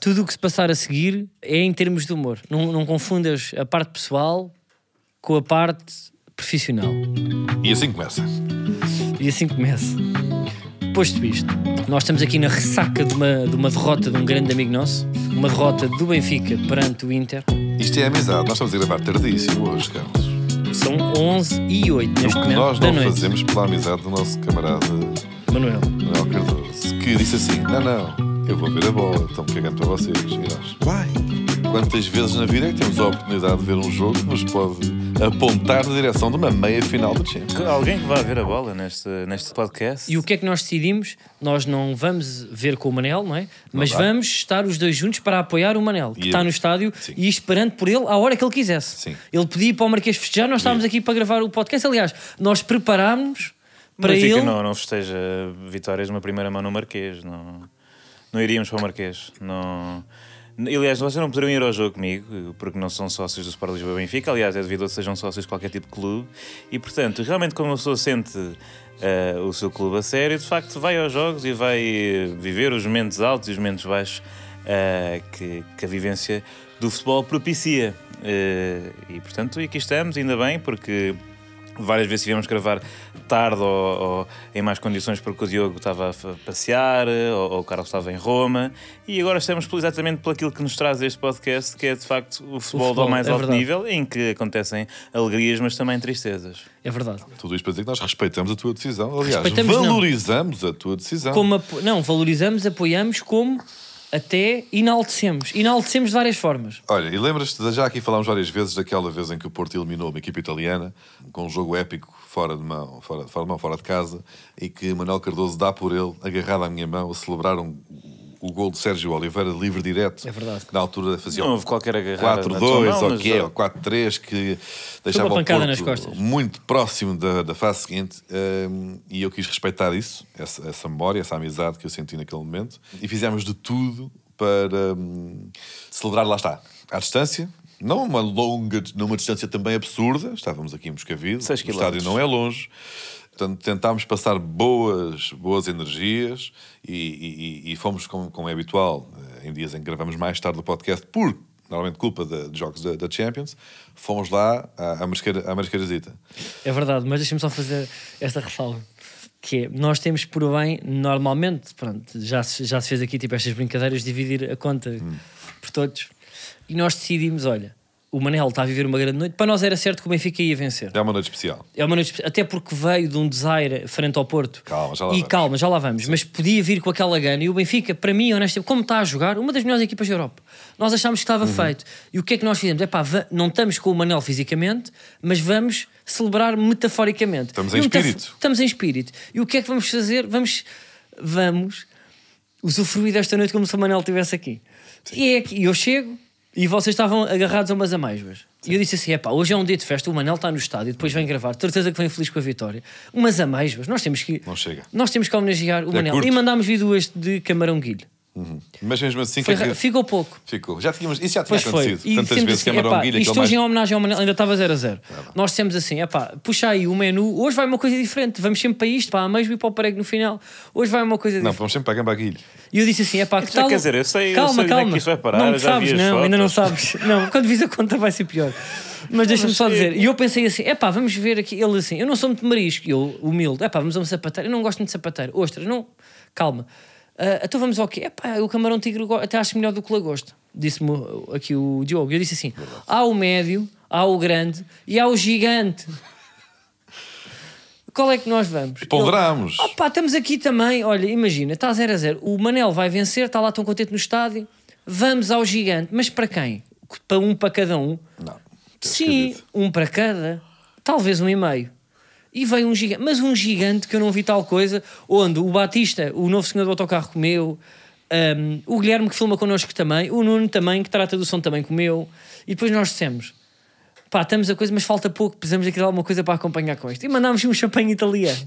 tudo o que se passar a seguir é em termos de humor. Não, não confundas a parte pessoal com a parte profissional. E assim começa. E assim começa. Posto isto, nós estamos aqui na ressaca de uma, de uma derrota de um grande amigo nosso, uma derrota do Benfica perante o Inter. Isto é amizade. Nós estamos a gravar tardíssimo hoje, Carlos. São 11 e 8 O neste que momento nós da não noite. fazemos pela amizade do nosso camarada Manuel, Manuel Cardoso, que disse assim: Não, não, eu vou ver a bola, estão cagando para vocês. E nós, vai. Quantas vezes na vida é que temos a oportunidade de ver um jogo que nos pode apontar na direção de uma meia final do Champions? Alguém que vá ver a bola neste, neste podcast. e o que é que nós decidimos? Nós não vamos ver com o Manel, não é? Mas dá. vamos estar os dois juntos para apoiar o Manel, que E está eu- no estádio Sim. e esperando por ele à hora que ele quisesse. Sim. Ele podia ir para o Marquês festejar, nós estávamos aqui para gravar o podcast. Aliás, nós preparámos para é Benfica ele. não, não festeja vitórias na primeira mão no Marquês. Não, não iríamos para o Marquês. Não... Aliás, vocês não poderiam ir ao jogo comigo, porque não são sócios do Sport Lisboa e Benfica. Aliás, é devido a que sejam sócios de qualquer tipo de clube. E, portanto, realmente, como uma pessoa sente eh, o seu clube a sério, de facto, vai aos jogos e vai eh, viver os momentos altos e os momentos baixos eh, que, que a vivência do futebol propicia. Eh, e, portanto, e aqui estamos, ainda bem, porque Várias vezes tivemos que gravar tarde ou, ou em más condições porque o Diogo estava a fa- passear ou, ou o Carlos estava em Roma e agora estamos pelo- exatamente por aquilo que nos traz este podcast que é de facto o futebol, futebol, do mais é alto verdade. nível em que acontecem alegrias mas também tristezas. É verdade. Tudo isto para dizer que nós respeitamos a tua decisão. Aliás, Respeitamos, não. valorizamos a tua decisão. Como apo- Não, valorizamos, apoiamos, como até enaltecemos. Enaltecemos de várias formas. Olha, e lembras-te, de- já aqui falámos várias vezes daquela vez em que o Porto eliminou uma equipa italiana com um jogo épico fora de mão, fora, fora de mão, fora de casa, e que Manuel Cardoso dá por ele, agarrado à minha mão, a celebrar um- o gol de Sérgio Oliveira livre direto. É verdade. Que na altura fazia um Não houve qualquer agarrada na tua 4-2 mão, ou mas- que é, ou 4-3 que deixava o pancada Porto nas costas. muito próximo da, da fase seguinte hum, e eu quis respeitar isso, essa, essa memória, essa amizade que eu senti naquele momento e fizemos de tudo para hum, celebrar, lá está, à distância. Não uma longa, numa distância também absurda, estávamos aqui em Moscavide, Seis o estádio quilómetros. não é longe. Portanto, tentámos passar boas, boas energias e, e- e- e fomos, como, como é habitual, eh, em dias em que gravamos mais tarde o podcast, por normalmente culpa da- de jogos da, da Champions, fomos lá à, à, Marisqueira- à Marisqueirazita. É verdade, mas deixa-me só fazer esta ressalva. Que é, nós temos por bem, normalmente, pronto, já se, já se fez aqui tipo estas brincadeiras, dividir a conta por todos. E nós decidimos, olha, o Manel está a viver uma grande noite, para nós era certo que o Benfica ia vencer. É uma noite especial. É uma noite especial, até porque veio de um desaire frente ao Porto. Calma, já lá E vamos. calma, já lá vamos. Mas podia vir com aquela gana. E o Benfica, para mim, honestamente, como está a jogar, uma das melhores equipas da Europa. Nós achámos que Uhum. estava feito. E o que é que nós fizemos? É pá, va- não estamos com o Manel fisicamente, mas vamos celebrar metaforicamente. Estamos E em o metaf- espírito. Estamos em espírito. E o que é que vamos fazer? Vamos. Vamos usufruir desta noite como se o Manel estivesse aqui. E é que eu chego e vocês estavam agarrados a umas amêijoas. E eu disse assim: é pá, hoje é um dia de festa, o Manel está no estádio, depois vem gravar, de certeza que vem feliz com a vitória. Umas amêijoas, nós temos que. Não chega. Nós temos que homenagear o Manel. curto. E mandámos vir duas de camarão guilho. Mas mesmo assim, Foi que é ra- que ficou pouco. ficou. Já tínhamos, isso já tinha Pois foi. acontecido tantas dissemos vezes que a Marão "Epá, Guilha, isto aquele mais hoje em homenagem ao Manel, ainda estava 0 a 0. Nós dissemos assim: é pá, puxa aí o menu, hoje vai uma coisa diferente, vamos sempre para isto, para a amêijo e para o prego no final. Hoje vai uma coisa Não, diferente. vamos sempre para a Gamba Guilha. E eu disse assim: é pá, que Já tal. quer dizer, eu sei- eu calma, sei onde é calma. que isto vai parar, não eu já sabes, vi as não, ainda não fotos. sabes. Não, quando vis a conta vai ser pior. Mas deixa-me só dizer. E eu pensei assim: é pá, vamos ver aqui. Ele assim: eu não sou muito marisco, eu humilde. É pá, vamos a um sapateiro. Eu não gosto muito de sapateiro. Ostras, não. Calma. Ah, então vamos ao quê? É pá, o camarão tigre eu go- até acho melhor do que o lagosta. Disse-me uh, aqui o Diogo. Eu disse assim: há o médio, há o grande e há o gigante. Qual é que nós vamos? Ele- Ah, Ponderámos. Opa, estamos aqui também. Olha, imagina, está 0 a 0. O Manel vai vencer, está lá tão contente no estádio. Vamos ao gigante. Mas para quem? Para um para cada um? Não. Sim, acredito. um para cada. Talvez um e meio. E veio um gigante. Mas um gigante que eu não vi tal coisa. Onde o Batista, o novo senhor do autocarro, comeu. hum, o Guilherme que filma connosco também. O Nuno também, que trata do som, também comeu. E depois nós dissemos... Pá, estamos a coisa, mas falta pouco. Precisamos aqui de alguma coisa para acompanhar com isto. E mandámos um champanhe italiano.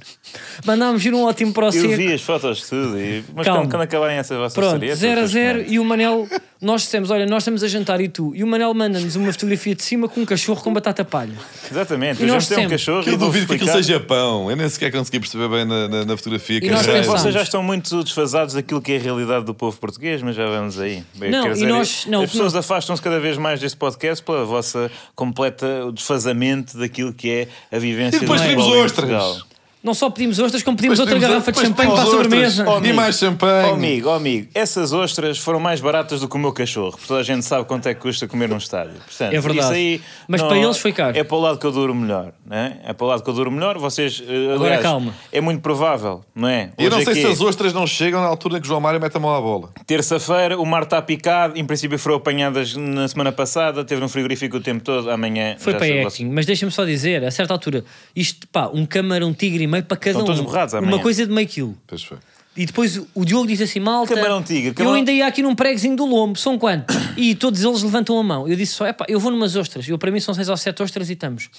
mandámos ir um ótimo Eu prosecco. vi as fotos de tudo, e- mas Calma. quando, quando acabarem essa vossa é Pronto, historieta, 0 a depois 0 comento. e o Manel, Nós dissemos, olha, nós estamos a jantar e tu. E o Manel manda-nos uma fotografia de cima com um cachorro com batata palha. Exatamente, E eu já nós tenho um sempre- cachorro e Eu vou duvido que aquilo explicar. seja pão. Eu nem sequer consegui perceber bem na, na- na fotografia que nós arranjei. pensámos- Vocês já estão muito desfasados daquilo que é a realidade do povo português, mas já vamos aí. Bem, Não, quer e nós- não, as pessoas não. afastam-se cada vez mais deste podcast pela vossa completa desfazamento daquilo que é a vivência E depois do pedimos futebol em ostras. Portugal. Não só pedimos ostras, como pedimos outra pedimos- garrafa de depois champanhe para a pedimos ostras. sobremesa. Oh, E mais champanhe. Oh, amigo, oh, amigo, essas ostras foram mais baratas do que o meu cachorro, porque toda a gente sabe quanto é que custa comer num estádio. Portanto, É verdade. Isso aí Mas não- para eles foi caro. É para o lado que eu duro melhor, não é? É para o lado que eu duro melhor. Vocês, eh, Agora aliás, calma. É muito provável, não é? E eu não Hoje sei aqui- se as ostras não chegam na altura em que o João Mário mete a mão à bola. Terça-feira, o mar está picado. Em princípio, foram apanhadas na semana passada. Teve no frigorífico o tempo todo. Amanhã Foi já para sei, acting, mas deixa-me só dizer, a certa altura, isto, pá, um camarão tigre e meio para cada Estão um. todos borrados amanhã. Uma coisa de meio quilo. Pois foi. E depois o Diogo diz assim: malta. Camarão tigre, camarão- Eu ainda ia aqui num pregozinho do lombo, são quantos? E todos eles levantam a mão. Eu disse só: epá, eu vou numas ostras. Eu, para mim são seis ou sete ostras e estamos.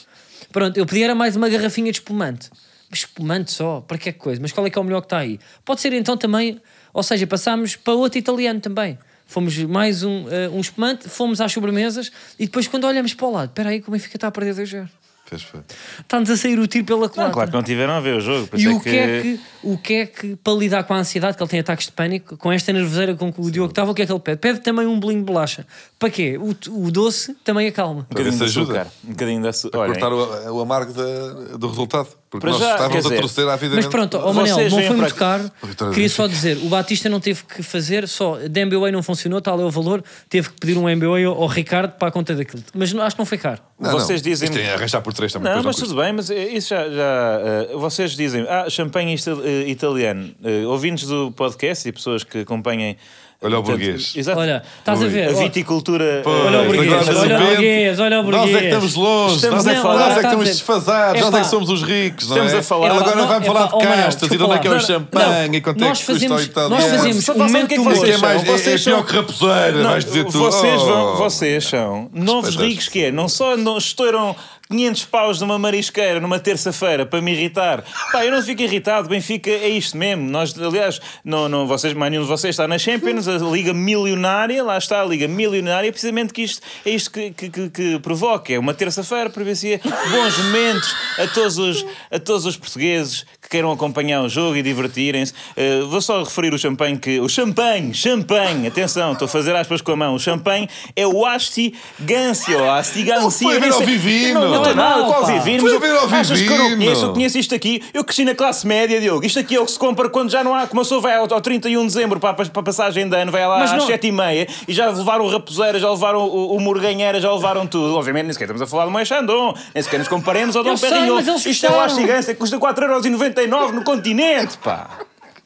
Pronto, eu pedi era mais uma garrafinha de espumante. Mas espumante só, para que é que coisa? Mas qual é que é o melhor que está aí? Pode ser então também, ou seja, passámos para outro italiano também. Fomos mais um, eh, um espumante, fomos às sobremesas e depois quando olhamos para o lado, espera aí, como é que fica? Está a perder 2 0 Pois foi. Está-nos a sair o tiro pela colada. Não, claro que não tiveram a ver o jogo. por E isso um o que, é que, o que é que, para lidar com a ansiedade, que ele tem ataques de pânico, com esta nervoseira com que o Diogo estava, o que é que ele pede? Pede também um bolinho de bolacha. Para quê? O, o doce também acalma. Um bocadinho de Essa ajuda. açúcar. Um bocadinho de açúcar. Olhem, Cortar o, o amargo da- do resultado. Porque Para nós já, quer estávamos a dizer, torcer à vida. Mas dentro. pronto, ó Vocês Manel, não vêm foi para muito aqui- caro. Oh, Vitória, Queria deixa- só dizer, o Batista não teve que fazer, só de MBA não funcionou, tal é o valor, teve que pedir um MBA ao, ao Ricardo para a conta daquilo. Mas não- acho que não foi caro. Não, vocês não. dizem- Isto é arranjar por três também. Não, depois mas custa. tudo bem, mas eh, isso já. já, eh, vocês dizem, ah, champanhe ita- eh, italiano. Eh, ouvintes do podcast e pessoas que acompanhem. eh, Olha o portanto, burguês. Exato. Olha, estás a Ui. ver? a ó, viticultura. eh, Pois, Olha o burguês, agora, de olha o repente, burguês, olha o Nós é burguês. que estamos longe, Estamos nós, é, a que- falar- nós é que estamos a- estamos desfasados, nós é Epá. que somos os ricos, não Estamos é? a falar- Ele agora Epá, vamos não, falar epá, de oh, Manel, castas e de desculpa onde é que é lá. o Não, champanhe e quanto é nós que custa fazemos- o Itália. nós fazemos- Só vocês, o que é que Isto Isto é mais, vocês são? é- é, Vocês são- pior que raposeira, Não, vais dizer tu. Vocês, oh. vão- vocês são novos Respeita-os. ricos que é. Não só não, estouram 500 paus numa marisqueira numa terça-feira para me irritar. Pá, eu não fico irritado. Benfica é isto mesmo. Nós, aliás, não, não, vocês, mais nenhum de vocês está na Champions, a Liga Milionária, lá está a Liga Milionária. Precisamente que isto é isto que, que, que- que provoca. É uma terça-feira, providencia bons momentos a todos, os, a todos os portugueses que queiram acompanhar o jogo e divertirem-se. Eh, vou só referir o champanhe que. O champanhe, champanhe, atenção, estou a fazer aspas com a mão. O champanhe é o Asti Gâncio, ou Asti Gâncio. Foi ver nem ao sei- Vivino. Não, não tem nada, Não, qual pá. Vivino? Foi Mas ver ao achas que eu não Vivino. conheço? Eu conheço isto aqui. Eu cresci na classe média, Diogo. Isto aqui é o que se compra quando já não há. Começou, vai ao, ao 31 de dezembro para, a- para a passagem de ano, vai lá Mas às não- 7 e meia e já levaram o Raposeira, já levaram o, o Morganheira, já levaram tudo. Obviamente, nem sequer estamos a falar do Moixandon, nem sequer nos comparemos ao Dom sei, Perignon. mas eles Isto é o gostaram. Asti Gâncio, que custa 4,99€ no continente, pá.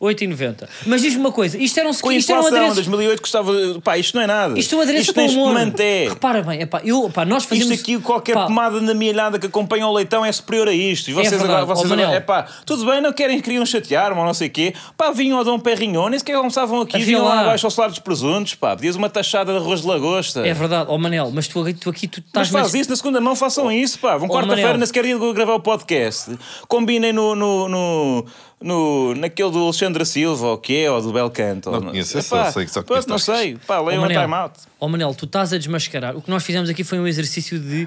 8,90. Mas diz-me uma coisa, isto era um, Com a isto era um inflação, adereço. 2008 custava. Pá, isto não é nada. Isto é um adereço Isto com nem humor. espumante é. Repara bem, epá, eu, epá, nós fazemos... Isto aqui, qualquer pá, pomada na mielhada que acompanha o leitão é superior a isto. E vocês verdade. agora, vocês Ó, Manel. agora, epá, tudo bem, não querem, queriam chatear-me ou não sei o quê. Pá, vinham ao Dom Perrinhon, nem sequer almoçavam aqui, Havia vinham lá lá. abaixo ao solar dos presuntos, pá, pedias uma tachada de arroz de lagosta. É verdade, ó Manel, mas tu, tu aqui tu estás... Mas faz mais- isso, na segunda mão façam isso, pá. Vão Oh, quarta-feira, Manel. nem sequer iam gravar o podcast. Combinem no, no, no, no- naquele do Alexandre Silva, ou o quê, ou do Belcanto. ou Não conheço esse, Epá, eu sei que só pronto, conheço Não tascas. sei, pá, Ó, leiam a Manel, time out. ó Manel, tu estás a desmascarar. O que nós fizemos aqui foi um exercício de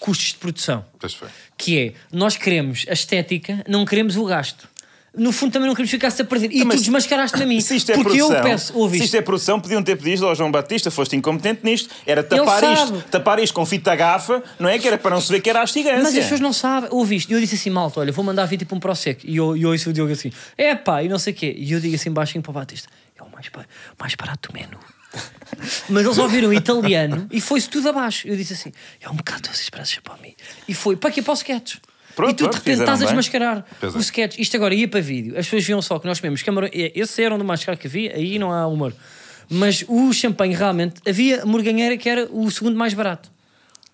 custos de produção. Pois foi. Que é, nós queremos a estética, não queremos o gasto. No fundo também não queremos ficar-se a perder. E tu Também se- desmascaraste-me a mim. Se isto é porque produção, eu peço, ouve se isto. isto é produção, podiam ter pedido ao João Batista, foste incompetente nisto, era tapar Ele isto, sabe. tapar isto com fita gafa, não é? Que era para não se ver que era a astigância. Mas as pessoas não sabem, ouviste? E eu disse assim, malta, olha, vou mandar a vídeo para um ProSec. E eu, e eu ouço o Diogo assim, é pá, e não sei o quê. E eu digo assim baixinho para o Batista, é o mais, ba- mais barato do menu. Mas eles ouviram italiano e foi-se tudo abaixo. Eu disse assim, é um bocado doce esperanças para mim. E foi, para quê? Para o sketch. Pronto, e tu pronto, de repente estás fizeram a bem. desmascarar Pois é. o sketch. Isto agora ia para vídeo. As pessoas viam só que nós comemos camarão. e- Esse era onde mais caro que havia, aí não há humor. Mas o champanhe realmente, havia a morganheira que era o segundo mais barato.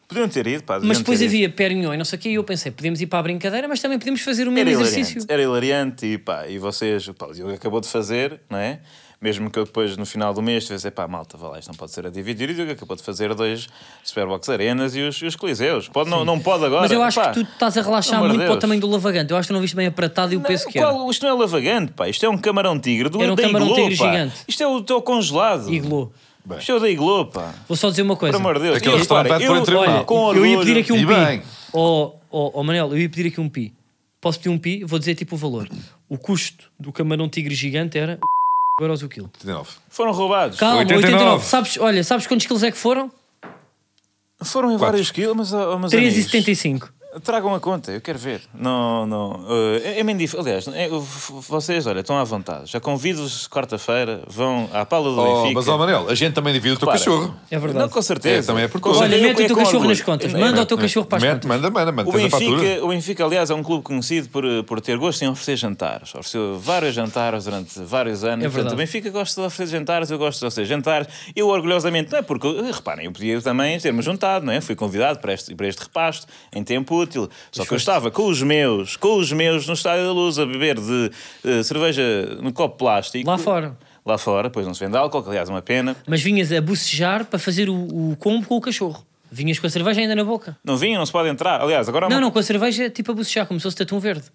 Podiam ter ido, pá. deviam Mas depois ter ido. havia Perignon e não sei o quê, e eu pensei, podemos ir para a brincadeira, mas também podemos fazer o Era mesmo um exercício. hilariante, era hilariante e pá, e vocês, pá, o Diogo acabou de fazer, não é? Mesmo que eu depois, no final do mês, tivesse, pá, malta, vá lá, isto não pode ser a dividir. E o Diogo acabou de fazer dois Superbox Arenas e os, e os Coliseus. Pode, não, não pode agora. Mas eu acho pá. que tu estás a Pelo relaxar amor de muito para o Deus. tamanho do lavagante. Eu acho que tu não viste bem apratado e o Não, peso que era. qual- Isto não é lavagante, pá. Isto é um camarão tigre do Era um da camarão Igloo, tigre pá. gigante. Isto é o teu congelado. Igloo. Bem. Show da Iglo, pá. Vou só dizer uma coisa. Pelo amor de Deus. Aquele restaurante vai pôr em tribunal. é. Olha, Com eu ia pedir aqui um E bem. pi. Oh, oh, oh, Manel, eu ia pedir aqui um pi. Posso pedir um pi? Vou dizer tipo o valor. O custo do camarão tigre gigante era euros o quilo. 39. Foram roubados. Calma, 89. 89. Sabes, olha, sabes quantos quilos é que foram? Foram em vários quilos, mas... ó, meus amigos, 3,75. Tragam a conta, eu quero ver. Não, não. eh, é, é bem difícil. Aliás, é, v- vocês, olha, estão à vontade. Já convido-vos quarta-feira, vão à pala do Oh, Benfica. mas, ó Manel, a gente também divide o teu Repara. cachorro. É verdade. Não, com certeza. É, também é por Com conta. Olha, certeza, mete é o teu com cachorro orgulho. nas contas. É, Manda o teu Mete, cachorro para as mete, contas. Manda, manda, manda. O Tens a fatura. Benfica, o Benfica, aliás, é um clube conhecido por, por ter gosto em oferecer jantares. Ofereceu vários jantares durante vários anos. É Portanto, verdade. o Benfica gosta de oferecer jantares, eu gosto de oferecer jantares. Eu, orgulhosamente, não é porque, reparem, eu podia também ter-me juntado, não é? Fui convidado para este, para este repasto em tempo útil. Só que eu estava com os meus, com os meus, no Estádio da Luz, a beber de eh, cerveja no copo plástico. Lá fora. Lá fora, pois não se vende álcool, que aliás é uma pena. Mas vinhas a bocejar para fazer o, o combo com o cachorro. Vinhas com a cerveja ainda na boca. Não vinha, não se pode entrar. Aliás, agora há uma Não, não, com a cerveja tipo a bocejar, como se fosse tatum verde.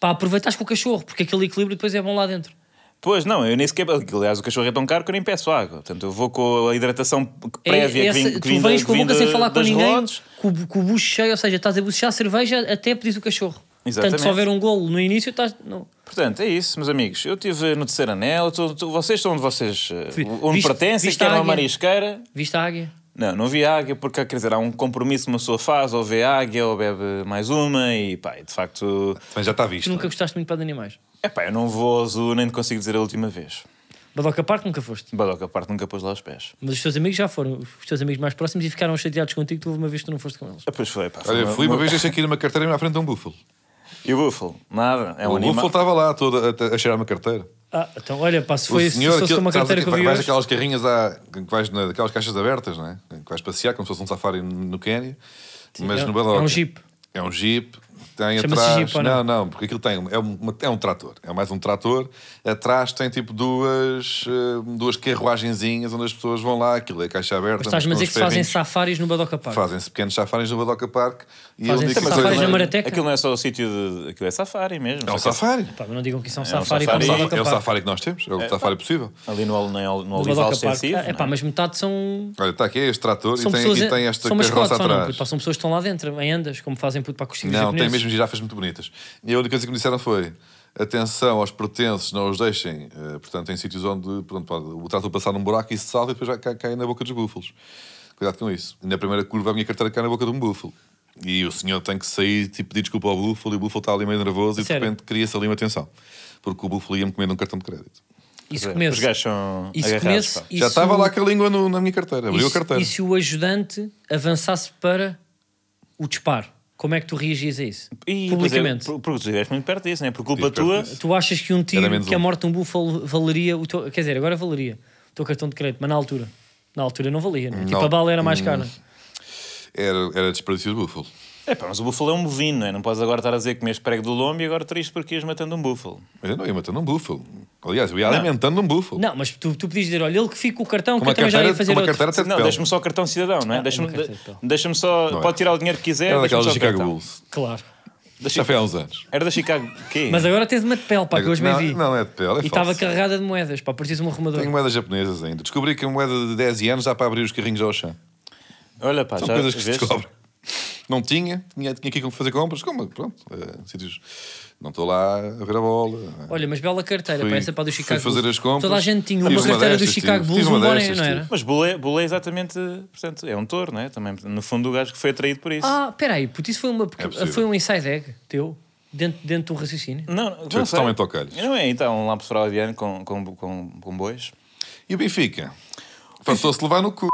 Para aproveitares com o cachorro, porque aquele equilíbrio depois é bom lá dentro. Pois não, eu nem sequer. Aliás, o cachorro é tão caro que eu nem peço água. Portanto, eu vou com a hidratação prévia É que essa- vim, que tu vim vens da, com a que vim boca sem da- falar com das ninguém, relotes. com, o- com o bucho cheio, ou seja, estás a bocejar a cerveja até pedires o cachorro. Portanto, Exatamente. se houver um golo no início, estás. Não. Portanto, é isso, meus amigos. Eu estive no terceiro anel. tô- tô- vocês estão onde vocês. eh, Vi- onde viste- pertencem, viste que era a uma águia? marisqueira. Viste a águia? Não, não vi águia, porque quer dizer, há um compromisso que uma pessoa faz, ou vê águia, ou bebe mais uma, e pá, e de facto. Mas já está Tu visto. nunca gostaste muito para de animais. É pá, eu não vou ao zoo, nem te consigo dizer a última vez. Badoca Park nunca foste. Badoca parte nunca pôs lá os pés. Mas os teus amigos já foram, os teus amigos mais próximos e ficaram chateados contigo, tu houve uma vez que tu não foste com eles. Ah, Pois foi, pá. foi Olha, fui uma vez deixei aqui numa carteira à frente de um búfalo. E o búfalo? Nada, é um o animal. búfalo estava lá todo a, a cheirar uma carteira. Ah, então olha, pá, se foi o se fosse aquilo- uma sabes carteira que aquilo- eu vi vais hoje, aquelas carrinhas à, que vais na- daquelas caixas abertas, não é? Que vais passear como se fosse um safari no Quénia. mas é- no Badoca. é um jeep. É um jeep. Tem Chama-se atrás. jeep, ou não? não, não, porque aquilo tem. um- É, uma- é um trator. É mais um trator. Atrás tem tipo duas, eh, duas carruagenzinhas onde as pessoas vão lá. Aquilo é caixa aberta. mas estás-me a mas dizer com os que se fazem ferrinhos. safaris no Badoca Park. Fazem-se pequenos safaris no Badoca Park. E Fazem-se que safaris coisa- na Marateca? É Aquilo não é só o sítio de. Aquilo é safari mesmo. É um Só que safari. Pá, mas não digam que isso é um um safari como É safari. o o- é Badoca o Park. safari que nós temos. É o safari possível. Ali no, Al- no, Al- no O olival Badoca Park. extensivo. Ah, É pá, mas metade são. Olha, está aqui é este trator São e, tem, pessoas, e tem esta são carroça mascotes ou não? atrás. puto? Pá, São pessoas que estão lá dentro, em andas, como fazem puto, para costinhos Não, tem mesmo girafas muito bonitas. E a única coisa que me disseram foi: atenção aos pertences, não os deixem. eh, portanto, em sítios onde pronto, pode o trator passar num buraco e se salta e depois já cai, cai na boca dos búfalos. Cuidado com isso. E na primeira curva, a minha carteira cai na boca de um búfalo. E o senhor tem que sair tipo, pedir desculpa ao búfalo e o búfalo está ali meio nervoso e Sério? de repente cria-se ali uma tensão. Porque o búfalo ia-me comendo um cartão de crédito. Isso Os começo. gajos são Isso agarrados. começo. pá. e já se estava o- lá com a língua no- na minha carteira. e Abriu a se- carteira. E se o ajudante avançasse para o disparo? Como é que tu reagias a isso? E, pois é, Publicamente. por- porque tu estiveste muito perto disso, não é? Por culpa Estive perto tua. disso. Tu achas que um Era tiro menos que a um. morte de um búfalo valeria o teu. Quer dizer, agora valeria o teu cartão de crédito, mas na altura. Na altura não valia, né? tipo Não. Hum. a bala era mais cara. Era, era desperdício de búfalo. É pá, mas o búfalo é um bovino, não é? Não podes agora estar a dizer que comeste prego do lombo e agora triste porque ias matando um búfalo. Mas eu não ia matando um búfalo. Aliás, eu ia alimentando um búfalo. Não, mas tu, tu podias dizer, olha, ele que fica com o cartão, Com que eu uma também já carteira, ia com fazer uma outro. carteira até de Não, pele. deixa-me só o cartão de cidadão, não é? deixa-me uma carta de pele. deixa só. é. Pode tirar o dinheiro que quiser. Era deixa-me daquelas só então. do o Chicago cartão. Bulls. Claro. Já foi há uns anos. Era da Chicago. Quê? Mas agora tens uma de pele, pá, que hoje me não, vi. não é de pele, é e estava falso. carregada de moedas, pá, parecias um arrumador. Tenho moedas japonesas ainda. Descobri que a moeda de 10 anos dá para abrir os carrinhos ao chão. Olha pá, São já coisas que se vês? descobrem. Não tinha, tinha, tinha aqui como fazer compras, como, pronto, eh, sítios. Não estou lá a ver a bola. Olha, mas bela carteira, Fui- pá, essa para do fui Chicago fazer Bulls. as compras. Toda a gente tinha Tive uma uma carteira do destas, Chicago tive. Bulls e Tive um uma boné, destas, não tive. era? Mas bule, bule é exatamente. Portanto, é um touro, não é? Também, no fundo, o gajo que foi atraído por isso. Ah, peraí, puto, isso foi, uma, pequ- É possível. foi um inside egg teu, dentro, dentro do raciocínio. Não, não, Tu não sei. totalmente ao calho. Não é? Então, um lápis fraudiano com, com, com, com bois. E o Benfica? Passou-se levar no cu.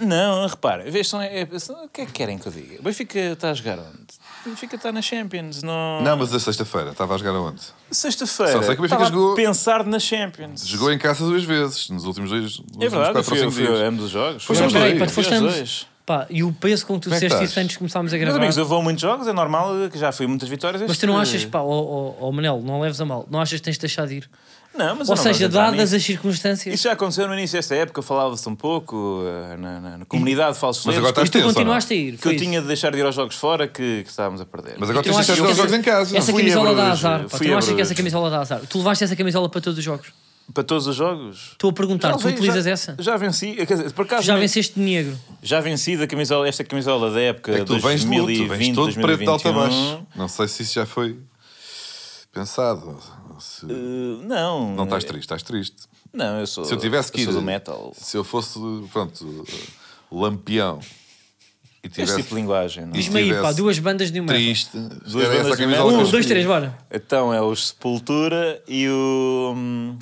Não, repara, vês, são- é- são- o que é que querem que eu diga? O Benfica está a jogar onde? O Benfica está na Champions, não. Não, mas a sexta-feira, estava a jogar aonde? Sexta-feira. Só sei que o Benfica estava a jogou- pensar na Champions. Jogou em casa duas vezes, nos últimos dois. nos É últimos verdade, eu quatro ou fui, cinco eu fui dias. a ambos os jogos. Foste aos Fui aos dois. pá, tu Fui aos foste ambos- dois. Pá, e o peso com que tu Como é que disseste estás? isso antes de começarmos a Meus gravar. amigos, eu vou a muitos jogos, é normal que já fui a muitas vitórias. Mas este- tu não achas, pá, ó oh, Manel, não leves a mal, não achas que tens de deixar de ir? Não, mas eu Ou não seja, vou entrar dadas nisso. as circunstâncias. Isso já aconteceu no início desta época, falava-se um pouco eh, na, na- na comunidade de falsos Mas leigos, agora E estás tu tenso. ou não? continuaste a ir. que Foi Então eu tinha de deixar de ir aos jogos fora que, que estávamos a perder. Mas agora isso. Tu não tens de achas deixar que os jogos essa- em casa. Essa Fui a camisola dá Bruges, azar, pá. fui Tu não a achas que Bruges. essa camisola dá azar? Tu levaste essa camisola para todos os jogos. Para todos os jogos? Estou a perguntar, tu levei- utilizas já- essa? Já venci, quer dizer, por acaso Já nem- venceste de negro. já venci da camisola, esta camisola da época É que tu vens de luto, 2020, vens todo preto de alta 2021. baixo. Não sei se isso já foi pensado. se- Uh, não. Não estás triste, estás triste. Não, eu sou. Se eu tivesse que ir. sou do metal. Se eu fosse, pronto, lampião e Este tivesse tipo de linguagem. Não? é? Diz-me aí, pá, tivesse duas bandas de um metal. triste, Duas era essa bandas a de camisola metal. que eu Um, dois, escolhi. três, bora. Então é os Sepultura e o. hum,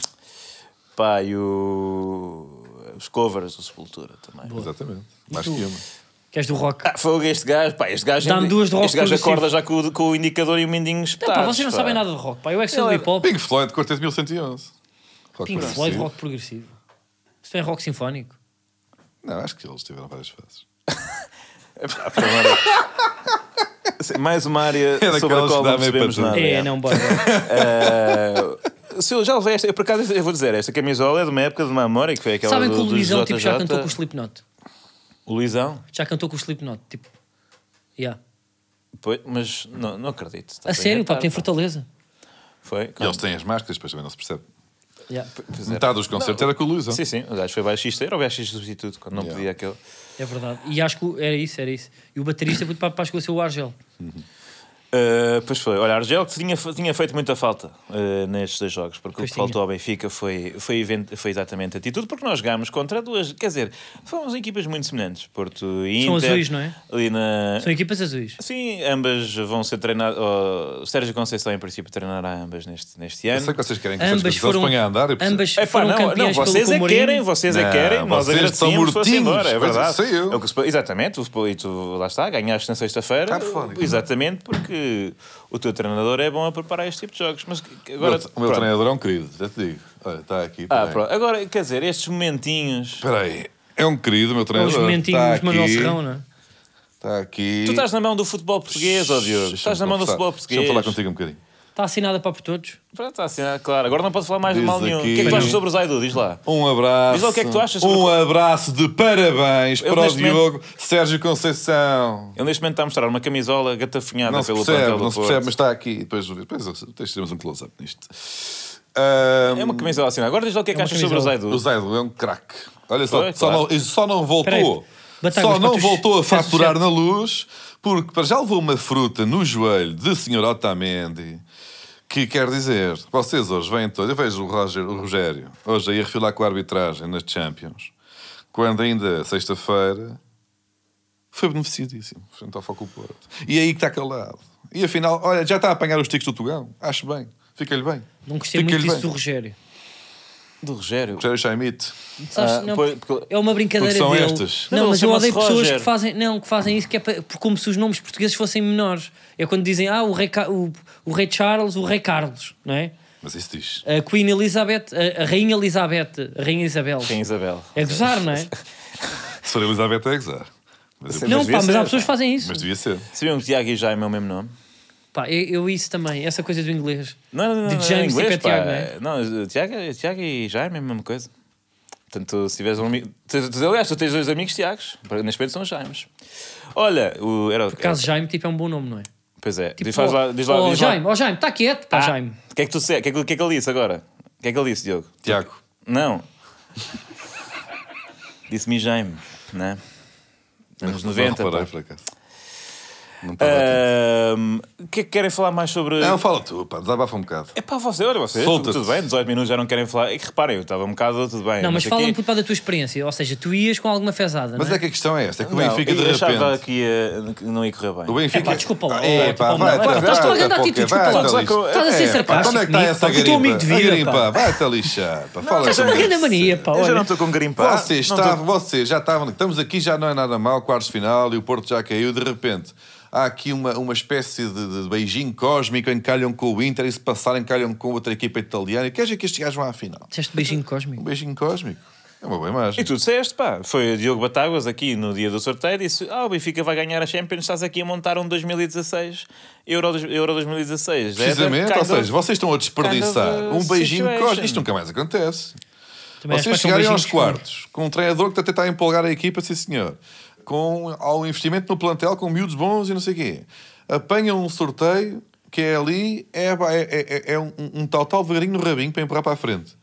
Pá, e o. Os covers do Sepultura também. Exatamente. Mais que uma. Que és do rock. Ah, fogo este gajo, pá, este gajo. Dá-me duas de rock Este gajo progressivo. acorda já com o, com o indicador e o mindinho Não, espetado. pá, vocês não sabem nada de rock, pá. Eu é que sou do Ele- hip hop, Pink Floyd, Cortez 1111. Rock Pink progressivo. Floyd, rock progressivo. Isto é rock sinfónico. Não, acho que eles tiveram várias fases. Pá, por favor. Sim, Mais uma área daquelas sobre a qual que dá não meio percebemos para tudo. nada. É, não, bora. bora. Ah, se eu já levei esta, eu por acaso eu vou dizer, esta camisola é de uma época de uma memória que foi aquela Sabem do, que o dos Luizão tipo, já JJ. cantou com o Slipknot. O Luizão? Já cantou com o Slipknot, tipo. Yeah. Pois, mas não, não acredito. Estás A sério, pá, inventar, tem Fortaleza. Foi? E eles têm as máscaras, depois também não se percebe. Yeah, Pois é. Metade dos concertos era com o Luís. Sim, sim, o gajo foi baixista, era o baixista substituto, quando não Yeah. podia aquele. É verdade. E acho que o- era isso, era isso. E o baterista é puto, pá, pá, chegou a ser o Argel. Ah, pois foi, olha, Argel que tinha, tinha feito muita falta ah, nestes dois jogos, porque Pois o que tinha. faltou ao Benfica foi, foi, event- foi exatamente a atitude, porque nós jogámos contra duas, quer dizer, fomos em equipas muito semelhantes, Porto e Inter. São azuis, não é? Ali na, São equipas azuis. Sim, ambas vão ser treinadas. O Sérgio Conceição, em princípio, treinará ambas neste, neste Eu ano. sei que vocês querem É que essas Ambas coisas foram... foram, ponham a andar. eu percebo. ambas Epá, Tipo, foram não, campeãs não, vocês pelo é que Comorino. querem, vocês é Não, que querem, nós vocês estão agradecemos, fosse mortinhos, embora, é pois, verdade. sei eu. É o que se- exatamente, o- e tu lá está, ganhaste na sexta-feira, Está então. fónico. exatamente porque o teu treinador é bom a preparar este tipo de jogos. Mas que- que O meu- agora, o meu pronto. treinador é um querido, já te digo. Olha, está aqui. Ah, peraí. pronto. Agora, quer dizer, estes momentinhos. Espera aí. É um querido, o meu é Os treinador. momentinhos Está de Manuel tá aqui, Serrão, não é? Está aqui. Tu estás na mão do futebol português, ó Diogo. Deixa-me Estás na mão do conversar. futebol Deixa-me português. falar contigo um bocadinho. Está assinada para por todos. Pronto, está assim, ah, claro. Agora não posso falar mais de Diz mal nenhum. aqui- O que é que tu achas sobre o Zaidu? Diz lá. Um abraço. Diz lá o que é que tu achas sobre- Um abraço de parabéns Eu, para o neste Diogo Sérgio Conceição. Ele neste momento está a mostrar uma camisola gatafunhada Não se pelo percebe, plantel do não se Porto. percebe, mas está aqui. Depois, depois, depois teremos um close-up nisto. Ahm, É uma camisola assim. Agora diz lá o que é que uma achas sobre o camisola. O Zaidu. Zaido é um craque. Olha só, Foi, só, claro. não, isso só não Peraí, voltou. Batagas, só não mas tu voltou a fizeste faturar certo. na luz, porque para já levou uma fruta no joelho de Sr. Otamendi, que quer dizer, vocês hoje vêm todos, eu vejo o, Roger, o Rogério hoje aí a refilar com a arbitragem nas Champions, quando ainda sexta-feira foi beneficiadíssimo, frente ao Foco Porto. E aí que está calado. E afinal, olha, já está a apanhar os ticos do Tugão, acho bem, fica-lhe bem. Não gostei Fica-lhe muito disso bem. do Rogério. Ah, Do Rogério. Rogério Chaimite. Sabes, Ah, não, pois, porque- é uma brincadeira porque são dele. estas. Não, Não, mas eu ele chama-se odeio pessoas Roger. que fazem, não, que fazem isso que é pa- por- como se os nomes portugueses fossem menores. É quando dizem, ah, o rei, Ca- o, o rei Charles, o rei Carlos, não é? Mas isso diz. A Queen Elizabeth, a, a rainha Elizabeth, a rainha Isabel. Quem Isabel? É gozar, não é? Se for Elizabeth é gozar. Mas, eu- não, devia pá, mas ser, há pessoas que fazem isso. mas devia ser. Sabiam que Tiago e Jaime é o mesmo nome? Pá, eu, eu isso também, essa coisa do inglês. Não, não, não. De não, James em inglês, e pá. Tiago, não é? Não, Tiago, Tiago e Jaime é a mesma coisa. Portanto, se tiveres um amigo. tu- tu- Aliás, tu tens dois amigos Tiagos. Neste momento são Jaimes. Olha, o. Era, Por acaso Jaime, tipo, é um bom nome, não é? Pois é. Tipo, diz, faz lá, diz lá. ó, diz lá. Jaime, ó Jaime, está quieto, pá, Ah, Jaime. O que é que tu disse? O que é que, o que é que ele disse agora? O que é que ele disse, Diogo? Tiago. Não. Disse-me Jaime, né? Anos Não 90. reparei, pá. por acaso. Não estava Ah, atento. Ahm, O que é que querem falar mais sobre. Não, fala tu, pá, desabafa um bocado. É pá, vocês, olha, vocês, tudo, Solta-te. tudo bem, 18 minutos já não querem falar. É que reparem, eu estava um bocado tudo bem. Não, mas sei fala um quê. pouco da tua experiência, ou seja, tu ias com alguma fezada, Mas não é que a questão é esta: é que o Não, Benfica de eu achava repente. que, ia, que não ia correr bem. O Benfica. É pá, desculpa lá, ó, É, pá, tipo, vai, não, vai, vai, estás vai, toda a grande vai, atitude, vai, desculpa lá. vai, Só que eu- lixo. Estás a ser É, pá, sarcástico Onde é que está comigo, essa pá, que o teu amigo de garimpa? A vida, pá. garimpa, vai-te a lixar. pá, tá Fala Estás uma sobre grande isso. mania, pá. Eu já olha. não estou com grimpar. Vocês não estou- estavam, vocês já estavam. Estamos aqui, já não é nada mal, quartos de final e o Porto já caiu. De repente, há aqui uma, uma espécie de, de beijinho cósmico em que calham com o Inter e se passarem, calham com outra equipa italiana. E queres é que estes gajos vão à final? Disseste beijinho Um cósmico. beijinho cósmico. É uma boa imagem. E tu disseste, pá, foi o Diogo Batáguas aqui no dia do sorteio disse: Ah, o Benfica vai ganhar a Champions, estás aqui a montar um 2016, Euro, dos- Euro 2016. Precisamente, Kind ou of- seja, vocês estão a desperdiçar kind of, uh, um beijinho situation. cósmico. Isto nunca mais acontece. Também acho que vai vocês ser um chegarem beijinho aos cósmico. quartos com um treinador que até está a empolgar a equipa, sim senhor, com ao investimento no plantel, com miúdos bons e não sei o quê. Apanham um é um sorteio que é ali, é, é, é, é um, um tal tal devagarinho no rabinho para empurrar para a frente.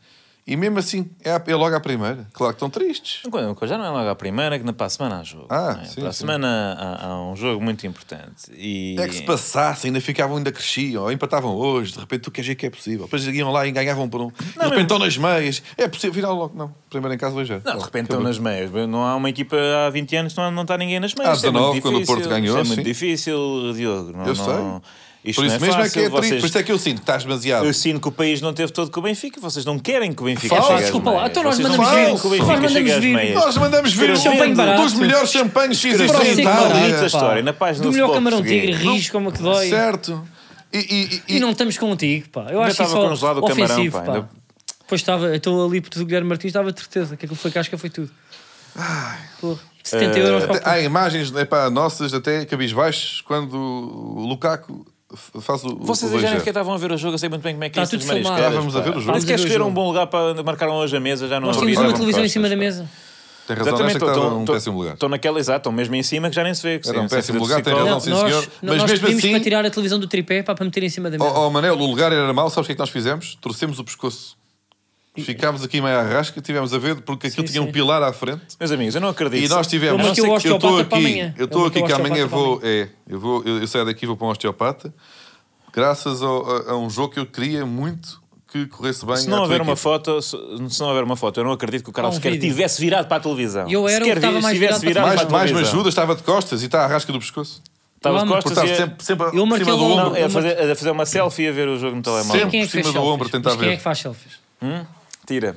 E mesmo assim, é, a- é logo à primeira. Claro que estão tristes. Uma coisa- uma coisa Já não é logo a primeira, que na para a semana há jogo. Ah, não é? sim, para a sim. semana há, há um jogo muito importante. E... É que se passasse, ainda ficavam, ainda cresciam, ou empatavam hoje, de repente tu queres ver que é possível. Depois iam lá e ganhavam por um. de repente estão nas meias. É possível, virar logo, não. Primeiro em casa, dois já. Não, de repente estão nas meias. Não há uma equipa há 20 anos, não, há- não está ninguém nas meias. Há Isto é 19, muito Ah, quando o difícil, Porto ganhou, isto É muito sim. difícil, Diogo. Não, Eu sei. não- isto Por isso não mesmo fácil, é que é triste. vocês- Por isso é que eu sinto que estás demasiado. Eu sinto que o país não teve todo com o Benfica. Vocês não querem que o Benfica Falso. chegue às Desculpa meias. lá, então nós Vocês não mandamos querem vir. que o Benfica Nós mandamos chegue às vir. meias. Nós mandamos vir Champanhe um barato. dos melhores champanhes que Para existem ser em Itália. barato. Bonita história, na página Do do melhor Sport camarão tigre, português. risco como que dói. Certo. E, e- e- E não estamos contigo, pá. Eu acho estava isso congelado o camarão, ofensivo, pá, pá. ainda- Pois estava, eu estou ali por tudo o Guilherme Martins, estava de certeza que aquilo foi casca, foi tudo. Porra, 70 euros para o até- eh, há imagens epá, nossas até cabisbaixos quando o Lukaku f- faz o. Vocês o já nem 2-0. é- sequer estavam a ver o jogo, eu sei muito bem como é que Está é isto Tá tudo dos filmado. mariscadas, Estávamos a pá. ver o jogo. Nem sequer Estávamos a ver o escolheram um jogo. bom lugar para marcaram hoje a mesa, já não Nós tínhamos Olha, uma não televisão em cima da mesa. mesa. Tem razão, nesta que estava um tô- péssimo lugar. Estou naquela, exato, estão mesmo em cima que já nem se vê. que Era um sim, péssimo sim, lugar, sim, tem sim. razão, Não, sim, nós, senhor. nós Mas mesmo pedimos assim- Oh, para tirar a televisão do tripé pá, para meter em cima da Ó mesa. ó, Manel, o lugar era mau, sabes o que é que nós fizemos? Torcemos o pescoço. Ficámos aqui meio à rasca, tivemos a ver, porque aquilo Sim, tinha sim. um pilar à frente. Meus amigos, eu não acredito. E nós tivemos. É uma que eu eu estou osteopata para aqui, amanhã. eu É estou uma que aqui eu que amanhã osteopata vou. É, eu vou, eu, eu saio daqui e vou para um osteopata, graças ao- a, a um jogo que eu queria muito que corresse bem. Se à não tua houver uma equipa. foto, se se não houver uma foto, eu não acredito que o Há Carlos um sequer vídeo. tivesse virado para a televisão. Eu era o Sequer que estava vi- mais tivesse virado para a virado Mais, para a mais me televisão. ajuda, estava de costas e está à rasca do pescoço. Estava de Eu amo. costas Portanto, e é- a- sempre, sempre Eu por marquei cima do logo- um ombro. não, é a fazer- a fazer uma selfie e a ver o jogo no telemóvel. Sempre Quem é que por fez cima do selfies? ombro, tentar Mas Quem ver. é que faz selfies? Hum? Tira.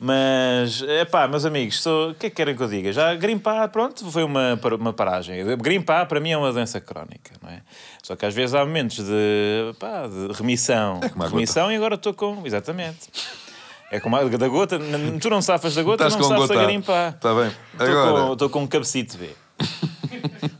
Mas, epá, meus amigos, sou- o que é que querem que eu diga? Já grimpar, pronto, foi uma, par- uma paragem. Grimpar, para mim, é uma doença crónica, não é? Só que às vezes há momentos de, pá, de remissão. É como a gota. remissão e agora estou com... Exatamente. É como a da gota. n- Tu não safas da gota, Estás não com um safas gota. a grimpar. Está bem. Estou com- Agora, Estou com um cabecito B.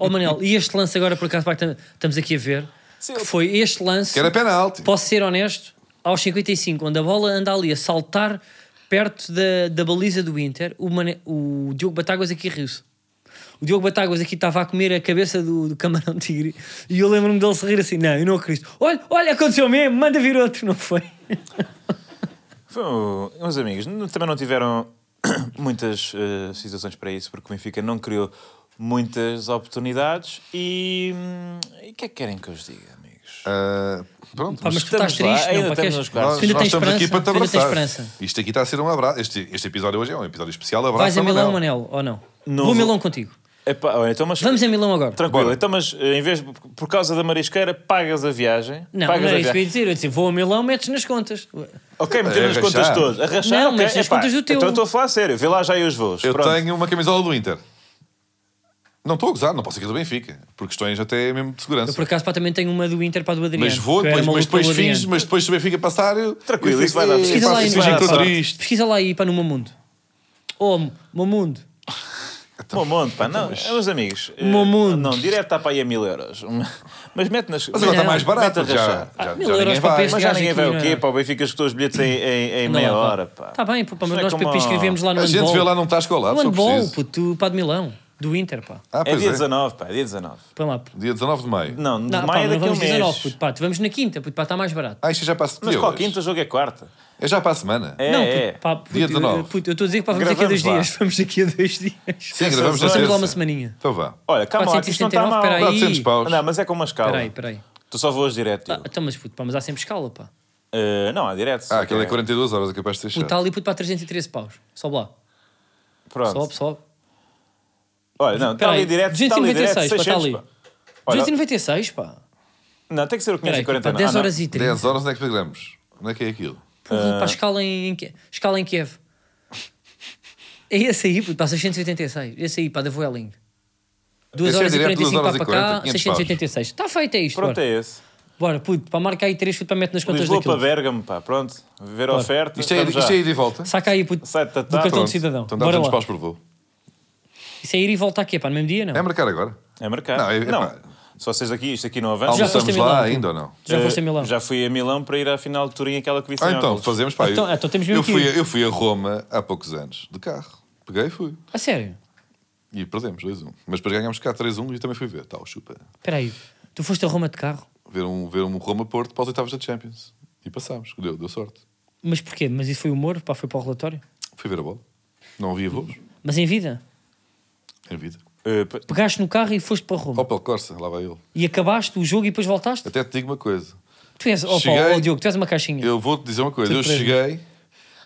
Ó Oh, Manel, e este lance agora, por acaso, pá, que tam- estamos aqui a ver, Sim, que eu- foi este lance, que era penalti. posso ser honesto, aos 55, onde a bola anda ali a saltar perto da, da baliza do Inter, o, Mane- o Diogo Batáguas aqui riu-se. O Diogo Batáguas aqui estava a comer a cabeça do, do camarão tigre e eu lembro-me dele se rir assim, não, eu não acredito. Olha, olha, aconteceu mesmo, manda vir outro, não foi? Foi, um- meus amigos, n- também não tiveram muitas eh, situações para isso, porque o Benfica não criou muitas oportunidades. E hum, e o que é que querem que eu os diga, amigos? Ah, pronto, Pá, mas tu estamos estás lá, triste, não, ainda pá, estamos queres- Nós, nos quartos. tu ainda nós tens estamos aqui esperança, para te tu ainda tens abraçar. esperança. Isto aqui está a ser um abraço. Este, este episódio hoje é um episódio especial. é? Abraço Vais a a Milão, Manel, ou não? Não Vou a vou. Milão contigo. Epá, olha, então, mas, Vamos a Milão agora. Tranquilo, Bora. então, mas eh, em vez, por causa da marisqueira, pagas a viagem. Não, pagas não a era isso que eu ia viagem. dizer. Eu disse, vou a Milão, metes nas contas. Ok, meter nas É, contas rachar. todas. Arrachar, Não, ok, mas as epá, contas do teu. Então estou a falar a sério, vê lá já aí os voos. Eu Pronto. tenho uma camisola do Inter. Não estou a gozar, não posso aqui do Benfica. Por questões até mesmo de segurança. Eu, por acaso, pá, também tenho uma do Inter para do Adriano. Mas vou, que eu era depois, mas maluco pelo depois fins, Adriano. mas depois se o Benfica passar. eu- Tranquilo, eu fico- isso vai dar. eu Pesquisa lá faço aí, fingir que vai estou dar. triste. Pesquisa lá aí, pá, no Mamundo. Oh, Mamundo. Bom monte, pá, não, é, meus amigos. eh, Meu mundo. Não, direto está para aí a mil euros. Mas mete nas. Mas agora está Não. mais barato. Mete Já, a já, rachar. Ah, já mil euros ninguém para vai. este Mas já gajo ninguém aqui vai o não- quê? Pá, o Benfica escutou os bilhetes em, em, em Anda meia lá, hora, pá. Tá bem, pô, pá, mas Isto é nós como- papis escrevemos lá no A gente handball. vê lá, não estás colado, No só handball, preciso. puto, tu, pá, de Milão. Do Inter, pá. Ah, É pois dia é. 19, pá, é dia 19. Põe lá, puto. Dia 19 de maio. Não, de Não, pá, maio é não daqui a um vamos mês. 19, puto, pá. te Vamos na quinta, puto, pá, está mais barato. Ah, isto já passa Mas qual quinta, o jogo é quarta. É já para a semana. É, não, é. puto, pá, puto, Dia eu- 19. puto, eu estou a dizer que pá, vamos daqui a dois Gravamos lá. dias. Vamos daqui a dois dias. Sim, gravamos na Só Vamos lá sexta. uma semaninha. Então vá. Olha, calma lá, que isto não está 479, mal. espera aí. 400 paus. Não, mas é com uma escala. Peraí, peraí. Tu só voas direto. Ah, Diogo. então, mas puto, pá, mas há sempre escala, pá. Eh, não, há direto. Ah, só aquele é que 42 horas, é capaz de ter Puto, chato. está ali, puto, para 313 paus. Sobe lá. Sobe, Pronto. sobe. Olha, não, está Peraí, ali direto. está ali 296, direto, pá, está 600, ali. pá. Olha, 296, pá. Não, tem que ser o Peraí, 540. pá, 10 não. Ah, não. horas e 30. 10 horas onde é que pagamos? Onde é que é aquilo? Porra, Ah. pá, escala em, em Ki- escala em Kiev. É esse aí, puto, pá, 686. Esse aí, pá, da Vueling. 2 Esse é horas e direto, 45 duas pá, horas para e cá, 40, 686. Está feito, é isto. Pronto, bora. é esse. bora, puto, pá, marca aí 3, puto, para mete nas contas Lisboa para Então daquilo. Bérgamo, pá, pronto. Ver a Bora. oferta. Isto é, estamos isto já. é ir e volta? Saca aí, puto, Sai, tá, do tá. cartão Pronto. de cidadão. Então dá bora 200 lá. paus por voo. Isso é ir e voltar aqui, pá, no mesmo dia, não? É marcar agora? É marcar. Não, Não, é- é pá. se vocês aqui, isto aqui não avança. Já foste a Almoçamos Milão, lá tu? ainda ou não? Já Eh, foste a Milão. Já fui a Milão para ir à final de Turim, aquela que vi sem Ah, então, óculos. fazemos pá. Então, eu, ah, então temos mesmo eu, que fui, ir. a- eu fui a Roma há poucos anos, de carro. Peguei e fui. A sério? E perdemos 2-1. Mas depois ganhámos cá 3-1 e também fui ver. Tal, chupa. Espera aí. Tu foste a Roma de carro? Ver um, ver um Roma-Porto para os oitavos da Champions. E passámos. Deu, deu sorte. Mas porquê? Mas isso foi humor? Pá, foi para o relatório? Fui ver a bola. Não havia voos Mas em vida? em vida. Eh, pa- Pegaste no carro e foste para Roma. Opel Corsa, lá vai ele. E acabaste o jogo e depois voltaste? Até te digo uma coisa. Tu és, opa, Cheguei- oh, Diogo, tu és uma caixinha. Eu vou-te dizer uma coisa. Eu Surpresa. cheguei,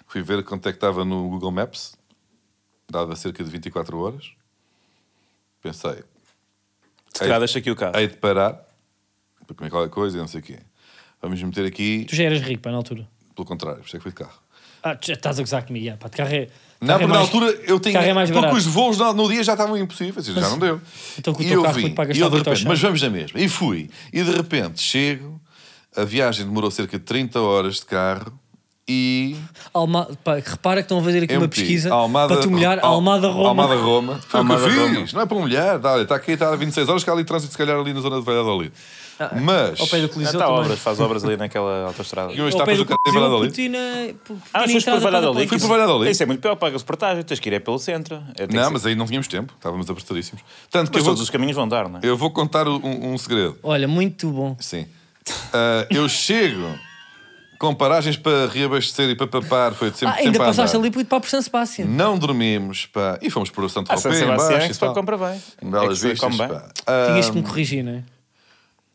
fui ver quanto é que estava no Google Maps, dava cerca de 24 horas. Pensei, se calhar deixa aqui o carro. hei de parar para comer qualquer coisa e não sei o quê. Vamos meter aqui, Tu já eras rico, pá, na altura. pelo contrário, por isso é que fui de carro. Ah, tu já estás a gozar comigo, já, pá, de carro é... de Não, carro é porque na mais- altura eu tinha. carro é mais porque barato. os voos na- no, dia já estavam impossíveis, já não deu. Então, com o e teu eu carro vim, muito então, para e gastar eu de muito ao repente, chão. mas vamos na mesma. E fui. E de repente chego, a viagem demorou cerca de 30 horas de carro e. Alma... Pá, repara que estão a fazer aqui uma MT, pesquisa para te humilhar. Al- Almada Roma. Almada Roma. Foi o que eu Almada fiz. Roma. Não é para humilhar, dá, está aqui, está a 26 horas, que há ali trânsito, se calhar ali na zona de Valladolid. Mas. Ah, Ao pé do Não Coliseu está também. obras, faz obras ali naquela autostrada. Eu hoje Ao está pé depois do o carro em Coliseu, eh, Valladolid. Putina... Ah, mas foste para Valladolid. Fui para Valladolid. Isso é muito pior, pagas portagem, tens que ir é pelo centro. É, tem que Não, ser- mas aí não tínhamos tempo, estávamos apertadíssimos. Tanto que Mas eu vou, todos os caminhos vão dar, não é? eu vou contar um- um segredo. Olha, muito bom. Sim. Ah, eu chego com paragens para reabastecer e para papar. Foi de sempre, Ah, ainda sempre a passaste andar. ali para o San Sebastião. Não dormimos, pá. E fomos para o Santo Ah, San Roque, em Sebastião, baixo que e se pá, tal. compra bem. É que Belas se vistas, come bem. pá. Ah, Tinhas que me corrigir, não é?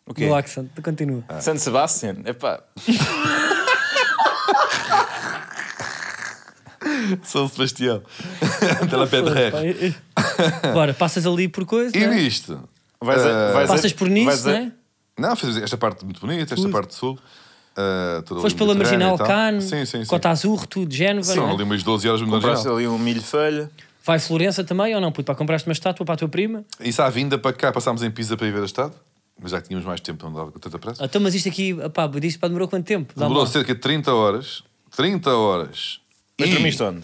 O quê? Do accent. Continua. Ah, San Sebastian, epá. São Sebastião. Está lá pé de Pá, ré. eh, eh. Bora, passas ali por coisa, E não é? viste? Vais a- Ah, vais a- Passas por Nice, Vais a- não é? Não, fizemos esta parte muito bonita, esta parte sul. ah, toda Foste ali pela Mediterrânea Marginal e tal. Cano, Sim, sim, sim. Cota Azul, tudo, Génova. São não é? ali umas 12 horas no Compraste Marginal. ali um milho folha. Vai Florença também ou não? Puto, pá, compraste uma estátua para a tua prima? Isso à vinda para cá, passámos em Pisa para ir ver a estado. Mas já tínhamos mais tempo, não dava com tanta pressa. Então, mas isto aqui, pá, disto pá, demorou quanto tempo? Dá-me Demorou lá. cerca de 30 horas. 30 horas. Mas dormiste onde?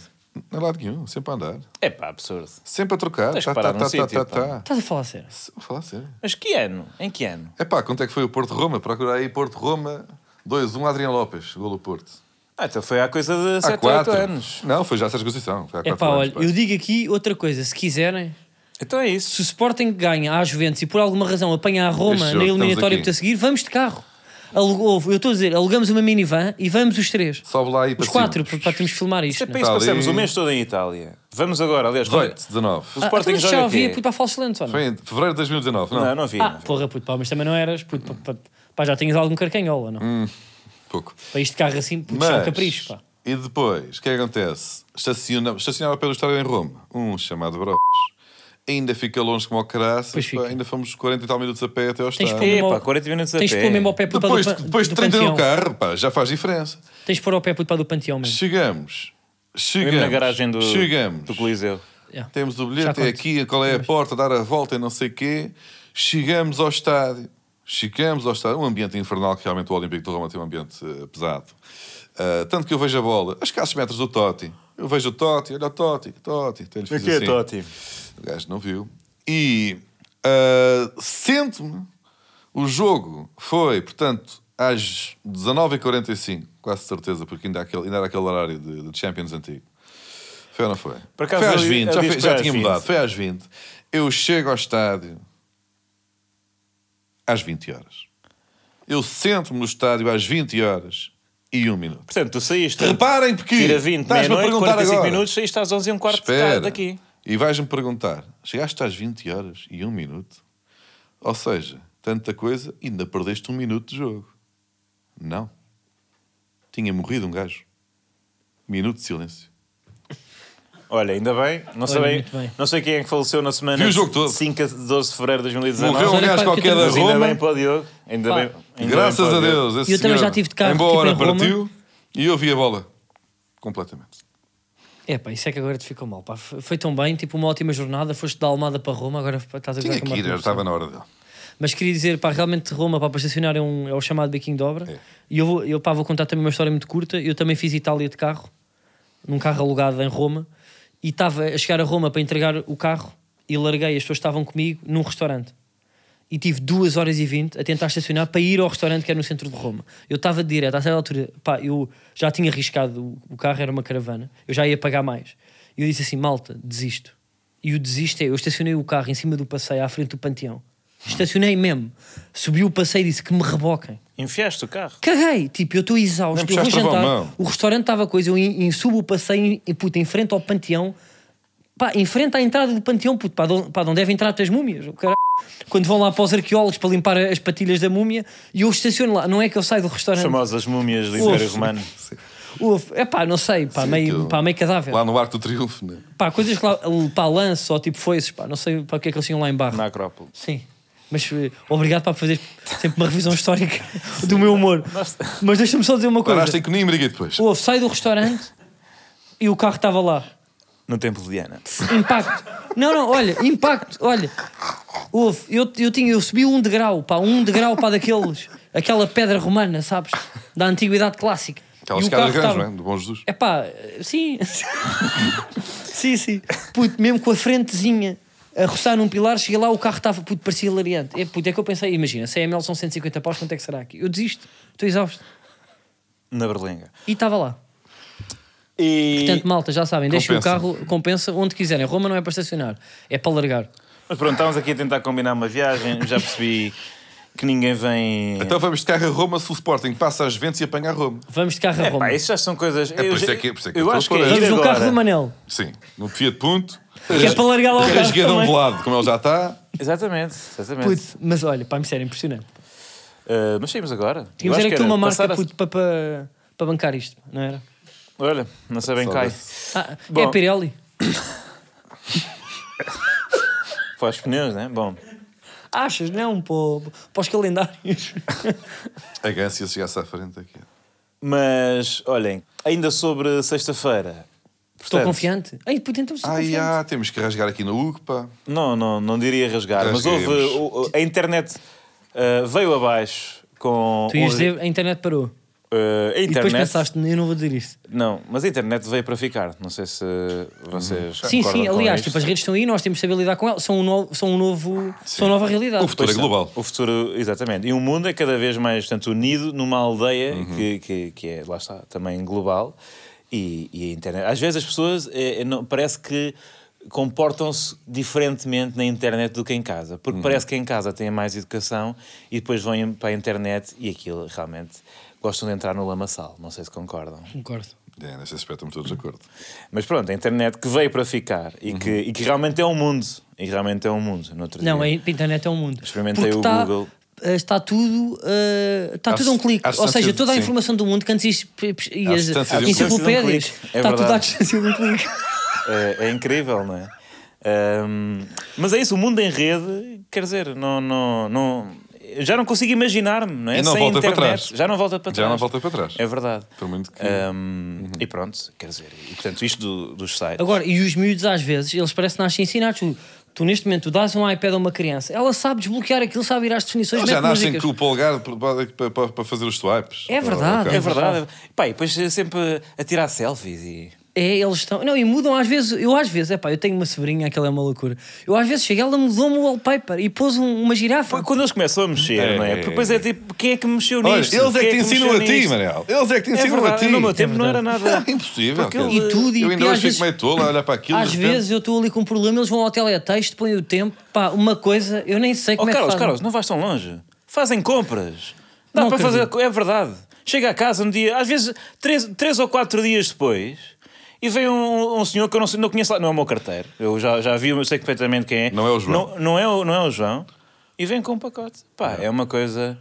Não é lado nenhum, sempre a andar. Epá, absurdo. Sempre a trocar. Tens Tá, que tá, parar num tá, tá, tá, sítio, pá. tá. Estás a falar sério? Vou falar sério. Mas que ano? Em que ano? É pá, quanto é que foi o Porto Roma? Procura aí Porto Roma 2-1 Adriano Lopes, golo do Porto. Ah, então foi há coisa de 7 ou 8 quatro. anos. Não, foi já a Sérgio Conceição. Foi há É 4 pá, anos. olha, pá. eu digo aqui outra coisa, se quiserem, Então é isso. se o Sporting ganha à Juventus e por alguma razão apanha a Este Roma jogo, na eliminatória estamos aqui. para seguir, vamos de carro. Alu- ouve, eu estou a dizer, alugamos uma minivan e vamos os três. Sobe lá aí para Os quatro, cima. para, para termos de filmar Isso isto. é para Né? isso Está passamos o tá ali. mês todo em Itália. Vamos agora, aliás, 18, O 19. Ah, então, Sporting mas joga já o quê? havia puto para Falsolantes, ou não? Foi em fevereiro de 2019. Não, Não, não vi. Ah, porra, puto, pá, mas também não eras, puto, pá, pá, pá, já tinhas algum carcanhol, ou não? pouco. Para isto de carro assim, puto, isto é um Hum. Mas, capricho, pá. e depois, o que é que acontece? Estaciona, estacionava pelo estádio em Roma, um chamado Bros. Ainda fica longe como o caraças, Pois pá, fica. ainda fomos 40 e tal minutos a pé até ao Tens estádio. pelo menos Epá, ao- 40 minutos a Tens de pé. pôr mesmo ao pé, puto, para Depois, do, pan- depois um de do 30 no panteão. carro, pá, já faz diferença. Tens de pôr ao pé, puto, para do panteão mesmo. Chegamos. Chegamos. Mesmo na garagem do, Chegamos. do Coliseu. Yeah. Temos o Já bilhete, conto. é aqui, qual é a porta, dar a volta e não sei o quê. Chegamos ao estádio. Chegamos ao estádio. Um ambiente infernal que realmente o Olímpico de Roma tem um ambiente eh, pesado. Ah, tanto que eu vejo a bola, a escassos metros do Totti. Eu vejo o Totti, olha o Totti, Totti. Até lhe fiz é assim. O gajo não viu. E ah, sento-me. O jogo foi, portanto, às 19h45, quase certeza, porque ainda, há aquele, ainda era aquele horário de, de Champions antigo. Foi ou não foi? Por acaso, foi às eu- 20, eu já, disse foi- para já às tinha 20. mudado. Foi às 20. Eu chego ao estádio às 20 horas. Eu sento-me no estádio às 20 horas e um minuto. Portanto, tu saíste. Reparem porque Tira 20, estás-me a meia-noite, perguntar 45 agora. minutos, saíste às 11 e um quarto de Espera. tarde daqui. E vais-me perguntar: chegaste às 20 horas e um minuto? Ou seja, tanta coisa, ainda perdeste um minuto de jogo. Não. Tinha morrido um gajo. Minuto de silêncio. Olha, ainda bem. Não sei, muito bem. não sei quem é que faleceu na semana Vi o jogo todo. 5 a 12 de fevereiro de 2019. Morreu um olha, gajo pá, que qualquer eu da Mas ainda Roma. bem para o Diogo. Ainda Pá. bem, ainda bem Graças para a o Diogo. Deus. Esse Eu também senhor, já tive de carro, Em boa tipo, hora em Roma. partiu e eu vi a bola. Completamente. É pá, isso é que agora te ficou mal, pá. Foi foi tão bem, tipo, uma ótima jornada, foste da Almada para Roma, agora pá, estás a Tinha gozar que com uma ir, outra já pessoa. estava na hora dele. Mas queria dizer, pá, realmente Roma, pá, para estacionar é, um, é o chamado biquinho de obra. É. E eu, vou- eu pá, vou contar também uma história muito curta. Eu também fiz Itália de carro, num carro alugado em Roma, e estava a chegar a Roma para entregar o carro e larguei, as pessoas estavam comigo num restaurante. E tive 2 horas e 20 a tentar estacionar para ir ao restaurante que era no centro de Roma. Eu estava direto, a certa altura, pá, eu já tinha arriscado o- o carro, era uma caravana, eu já ia pagar mais. E eu disse assim: malta, desisto. E o desisto é: eu estacionei o carro em cima do passeio, à frente do panteão. Estacionei mesmo. Subi o passeio e disse que me reboquem. Enfiaste o carro. Caguei, tipo, eu estou Nem exausto, eu vou puxaste travão, jantar. não. O restaurante estava coisa, eu em, em- subo o passeio e puto, em frente ao panteão, pá, em frente à entrada do panteão, puto, pá, de onde, pá, de onde devem entrar as múmias, o caralho. Quando vão lá para os arqueólogos para limpar as patilhas da múmia e eu estaciono lá, não é que eu saio do restaurante. Famosas múmias do Ouve. Império Romano. É pá, não sei, pá, Sim, meio, aquilo- pá, meio cadáver. Lá no Arco do Triunfo, né? Pá, coisas que lá, pá, lanço ou tipo foices, pá, não sei para o que é que eles tinham lá em barro. Na Acrópole. Sim. Mas eh, obrigado para fazer sempre uma revisão histórica do meu humor. Mas deixa-me só dizer uma coisa. Paraste em Coimbra e depois. Houve, sai do restaurante e o carro estava lá. No Templo de Diana. Impacto. Não, não, olha, impacto, olha. Houve, eu, eu, tinha, eu subi um degrau, pá, um degrau para daqueles, aquela pedra romana, sabes? Da antiguidade clássica. Aquelas E o carro escadas grandes, estava- não é? Do Bom Jesus. é pá, sim. sim, sim. Puto, mesmo com a frentezinha a roçar num pilar, cheguei lá, o carro estava, puto, parecia hilariante. É, puto, é que eu pensei, imagina, 100 ml são 150 paus, quanto é que será aqui? Eu desisto, estou exausto. Na Berlenga. E estava lá. E... Portanto, malta, já sabem, deixem o Compensa. carro, compensa onde quiserem. Roma não é para estacionar, é para largar. Mas pronto, estávamos aqui a tentar combinar uma viagem. Já percebi que ninguém vem... Então vamos de carro a Roma se o Sporting passa às Juventus e apanha a Roma. Vamos de carro a É Roma. pá, isso já são coisas... É por isso é que- por isso é que eu eu estou acho que é por aí. Vamos ir no carro agora. do Manel. Sim, no Fiat Punto. Que é para largar lá o carro Rasgueirão também. de lado, como ele já está. Exatamente, exatamente. Puto, mas olha, pá, me sério, impressionante. Uh, mas saímos agora. Tínhamos Eu acho era que é aqui uma marca passar a- puto, para, para, para bancar isto, não era? Olha, não sei bem Só cai. desse. Ah, é Bom. Pirelli. Para os pneus, né? Bom, Achas? Não, pô, para os calendários. A Gância chegasse à frente é aqui. mas olhem, ainda sobre sexta-feira. Estou Portanto, confiante. Ai, puto, então estou Ai, confiante. ah, temos que rasgar aqui no UCPA. Não, não, não diria rasgar, mas houve. Rasguemos. o- o- A internet uh, veio abaixo com. Tu ias um- dizer, a internet parou. Uh, a E depois internet. pensaste, eu não vou dizer isto. Não, mas a internet veio para ficar. Não sei se vocês. Uhum. Sim, concordam sim, com aliás, isto. tipo, as redes estão aí, nós temos de saber lidar com elas. São um novo, são um novo, são nova realidade. O futuro é Pois não. global. O futuro, exatamente. E o mundo é cada vez mais, portanto, unido numa aldeia que, que, que é, lá está, também global. E, e a internet. Às vezes as pessoas eh, eh, não- parece que comportam-se diferentemente na internet do que em casa. Porque parece que em casa têm mais educação e depois vão em- para a internet e aquilo realmente gostam de entrar no lamaçal. Não sei se concordam. Concordo. É, nesse aspecto estamos todos de acordo. Mas pronto, a internet que veio para ficar e, que, Uhum. e que realmente é um mundo. E realmente é um mundo. No outro Não, a dia. internet é um mundo. Experimentei Porque o está- Google. eh, Está tudo, eh, está À tudo a um dist- clique. à Ou distância seja, de- toda a sim. informação do mundo que antes ias- e as distância de um enciclopédias, clique. É está tudo à verdade. distância de um clique. É, é incrível, não é? Ahm, mas é isso, o mundo em rede, quer dizer, não, não, não, já não consigo imaginar-me, não é? E não Sem volta para internet, trás. Já não volta para Já trás. não volta para trás. É verdade. Por muito que- Uhum. Ahm, E pronto, quer dizer, e, portanto, isto do- dos sites. Agora, e os miúdos às vezes, eles parecem que nascem ensinados. Tu, tu, neste momento, tu dás um iPad a uma criança, ela sabe desbloquear aquilo, sabe ir às definições, Eles Ah, já mete nascem músicas. com o polegar para- para para- para fazer os swipes. É verdade, Ok. é verdade. Pá, e depois é sempre a tirar selfies e. É, eles estão. Não, e mudam às vezes. Eu às vezes, é pá, eu tenho uma sobrinha, aquela é uma loucura. Eu às vezes chego, ela mudou-me o wallpaper e pôs um- uma girafa. Quando eles começam a mexer, É. não é? Porque depois é tipo, quem é que mexeu Olha, nisto? eles é que Quem te ensinam mexeu a ti, nisto? Manel. Eles é que te É ensinam a verdade, ti. no meu tempo não era nada. É impossível. Porque quer ele- dizer, E tudo, e eu e ainda às hoje vezes- fico meio tolo a olhar para aquilo. Às de repente- vezes eu estou ali com um problema, eles vão ao teletexto, põem o tempo, pá, uma coisa, eu nem sei Oh, como é que Carlos, fazem. Carlos, não vais tão longe. Fazem compras. Dá Não para fazer. acredito. É verdade. Chega a casa um dia, às vezes três, três ou quatro dias depois, e vem um, um senhor que eu não, sei- não conheço lá, não é o meu carteiro. Eu já, já vi, eu sei perfeitamente quem é. Não é o João. Não, não é, o, não é o João. E vem com um pacote. Pá, é, uma coisa.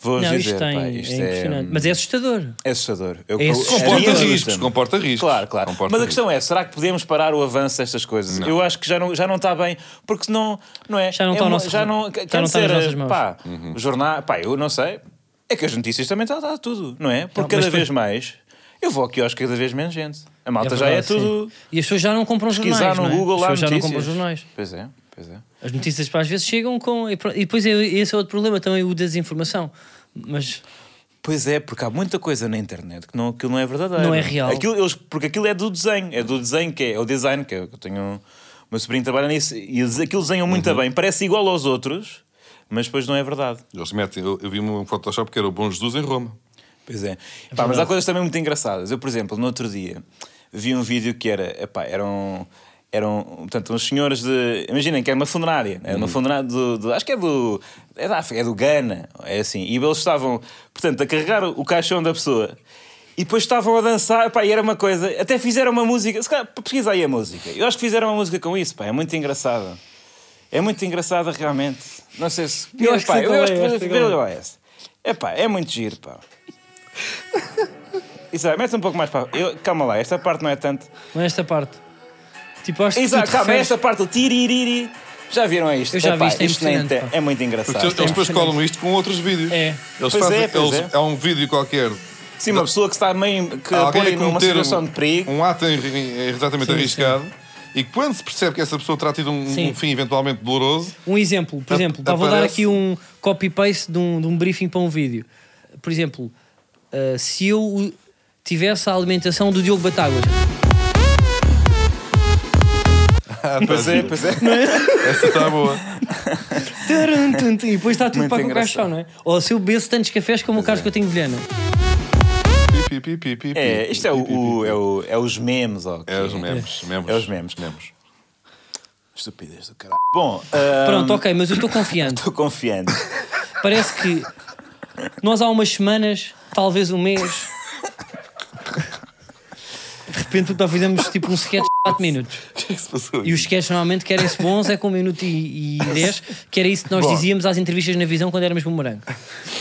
Vou Não, dizer, isto, tem, pá, isto um é impressionante. Mas é assustador. é assustador. Eu, É eu- assustador. a mim Comporta assusta-me. riscos, comporta riscos. Claro, claro. Comporta Mas a riscos. questão é, será que podemos parar o avanço destas coisas? Eu acho que já não, já não está bem, porque não, não é... Já não é está ao uma- nosso- já não, já quer não está nas dizer, nossas mãos. Pá, jornal... Pá, eu não sei. É que as notícias também está está tudo, não é? Porque mas cada foi- vez mais, eu vou aqui aos cada vez menos gente. A malta já é verdade, tudo... sim. E as pessoas já não compram Pesquisar jornais. no não é? Google as lá pessoas já não notícias. compram jornais. Pois é, pois é. As notícias para às vezes chegam com. E pro- e depois é, esse é outro problema também, o desinformação. Mas Pois é, porque há muita coisa na internet que não, aquilo não é verdadeiro. Não é real. Aquilo, eles, porque aquilo é do desenho, é do desenho que é, é o design que eu eu tenho. O meu sobrinho trabalha nisso e eles, aquilo desenham Uhum. muito bem, parece igual aos outros, mas depois não é verdade. Eles metem, eu, eu vi um Photoshop que era o Bom Jesus em Roma. Pois é. Pá, mas há coisas também muito engraçadas. Eu, por exemplo, no outro dia vi um vídeo que era. Epá, era um. eram, portanto, uns senhores de. Imaginem que era uma funerária, era Uhum. uma funerária do, do- Acho que é do. É da África, é do Ghana, é assim. E eles estavam, portanto, a carregar o caixão da pessoa. E depois estavam a dançar, pá, e era uma coisa. Até fizeram uma música. Se calhar, pesquisa aí a música. Eu acho que fizeram uma música com isso, pá, é muito engraçada. É muito engraçada, realmente. Não sei se. Eu acho que pá, sei eu qual acho é, que acho que sei qual é. é essa. É pá, é muito giro, pá. Isso aí, mete um pouco mais para. Eu, calma lá, esta parte não é tanto. Mas esta parte. Tipo, acho que tu Exato, te calma, referes- esta parte do tiririri. Já viram isto? Eu já vi, isto é isto nem impressionante, tem- pá. é muito engraçado. Porque eles eles depois impressionante. colam isto com outros vídeos. É. Eles Pois fazem, é, pois eles- é. é um vídeo qualquer. Sim, uma pessoa que está meio que Alguém põe a numa cometer situação um- de perigo. um ato em- em- exatamente Sim, arriscado. E quando se percebe que essa pessoa terá tido um, Sim. um fim eventualmente doloroso, Um exemplo, por Ap- exemplo, pá, vou dar aparece- aqui um copy-paste de um, de um briefing para um vídeo. Por exemplo, ah, se eu tivesse a alimentação do Diogo Batáguas, ah, Pois tá é, giro. pois é. essa está boa. Tarum, tum, tum, e depois está tudo Muito para com o engraçado. caixão, não é? Ou se eu bebesse tantos cafés como o Carlos que eu tenho Vilhena. Pi, pi, pi, pi, pi, É, isto é, o, pi, pi, pi. o- é, o- é os memes, ó. É os memes. memes. É os memes. memes. Estupidez do caralho. Bom, ah, Pronto, ok, mas eu estou confiante. estou confiante. Parece que nós há umas semanas, talvez um mês, de repente nós fizemos tipo um sketch de 4 minutos. O que é que se passou? E os sketches normalmente querem-se bons, é com um minuto e, e dez, que era isso que nós Bom. dizíamos às entrevistas na visão quando éramos bumerangue.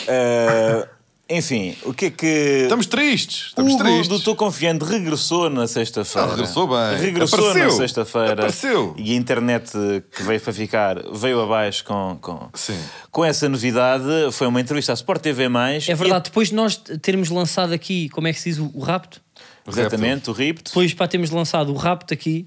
Ah, enfim, o que é que. Estamos tristes. O Estamos tristes. do Estou Confiante regressou na sexta-feira. Ah, regressou bem. Regressou Apareceu. na sexta-feira. Apareceu. E a internet eh, que veio para ficar veio abaixo com, com, Sim. com essa novidade. Foi uma entrevista à Sport TV. É verdade, depois de nós termos lançado aqui, como é que se diz, o, o rapto, O Exatamente, o Ript. depois para termos lançado o rapto aqui,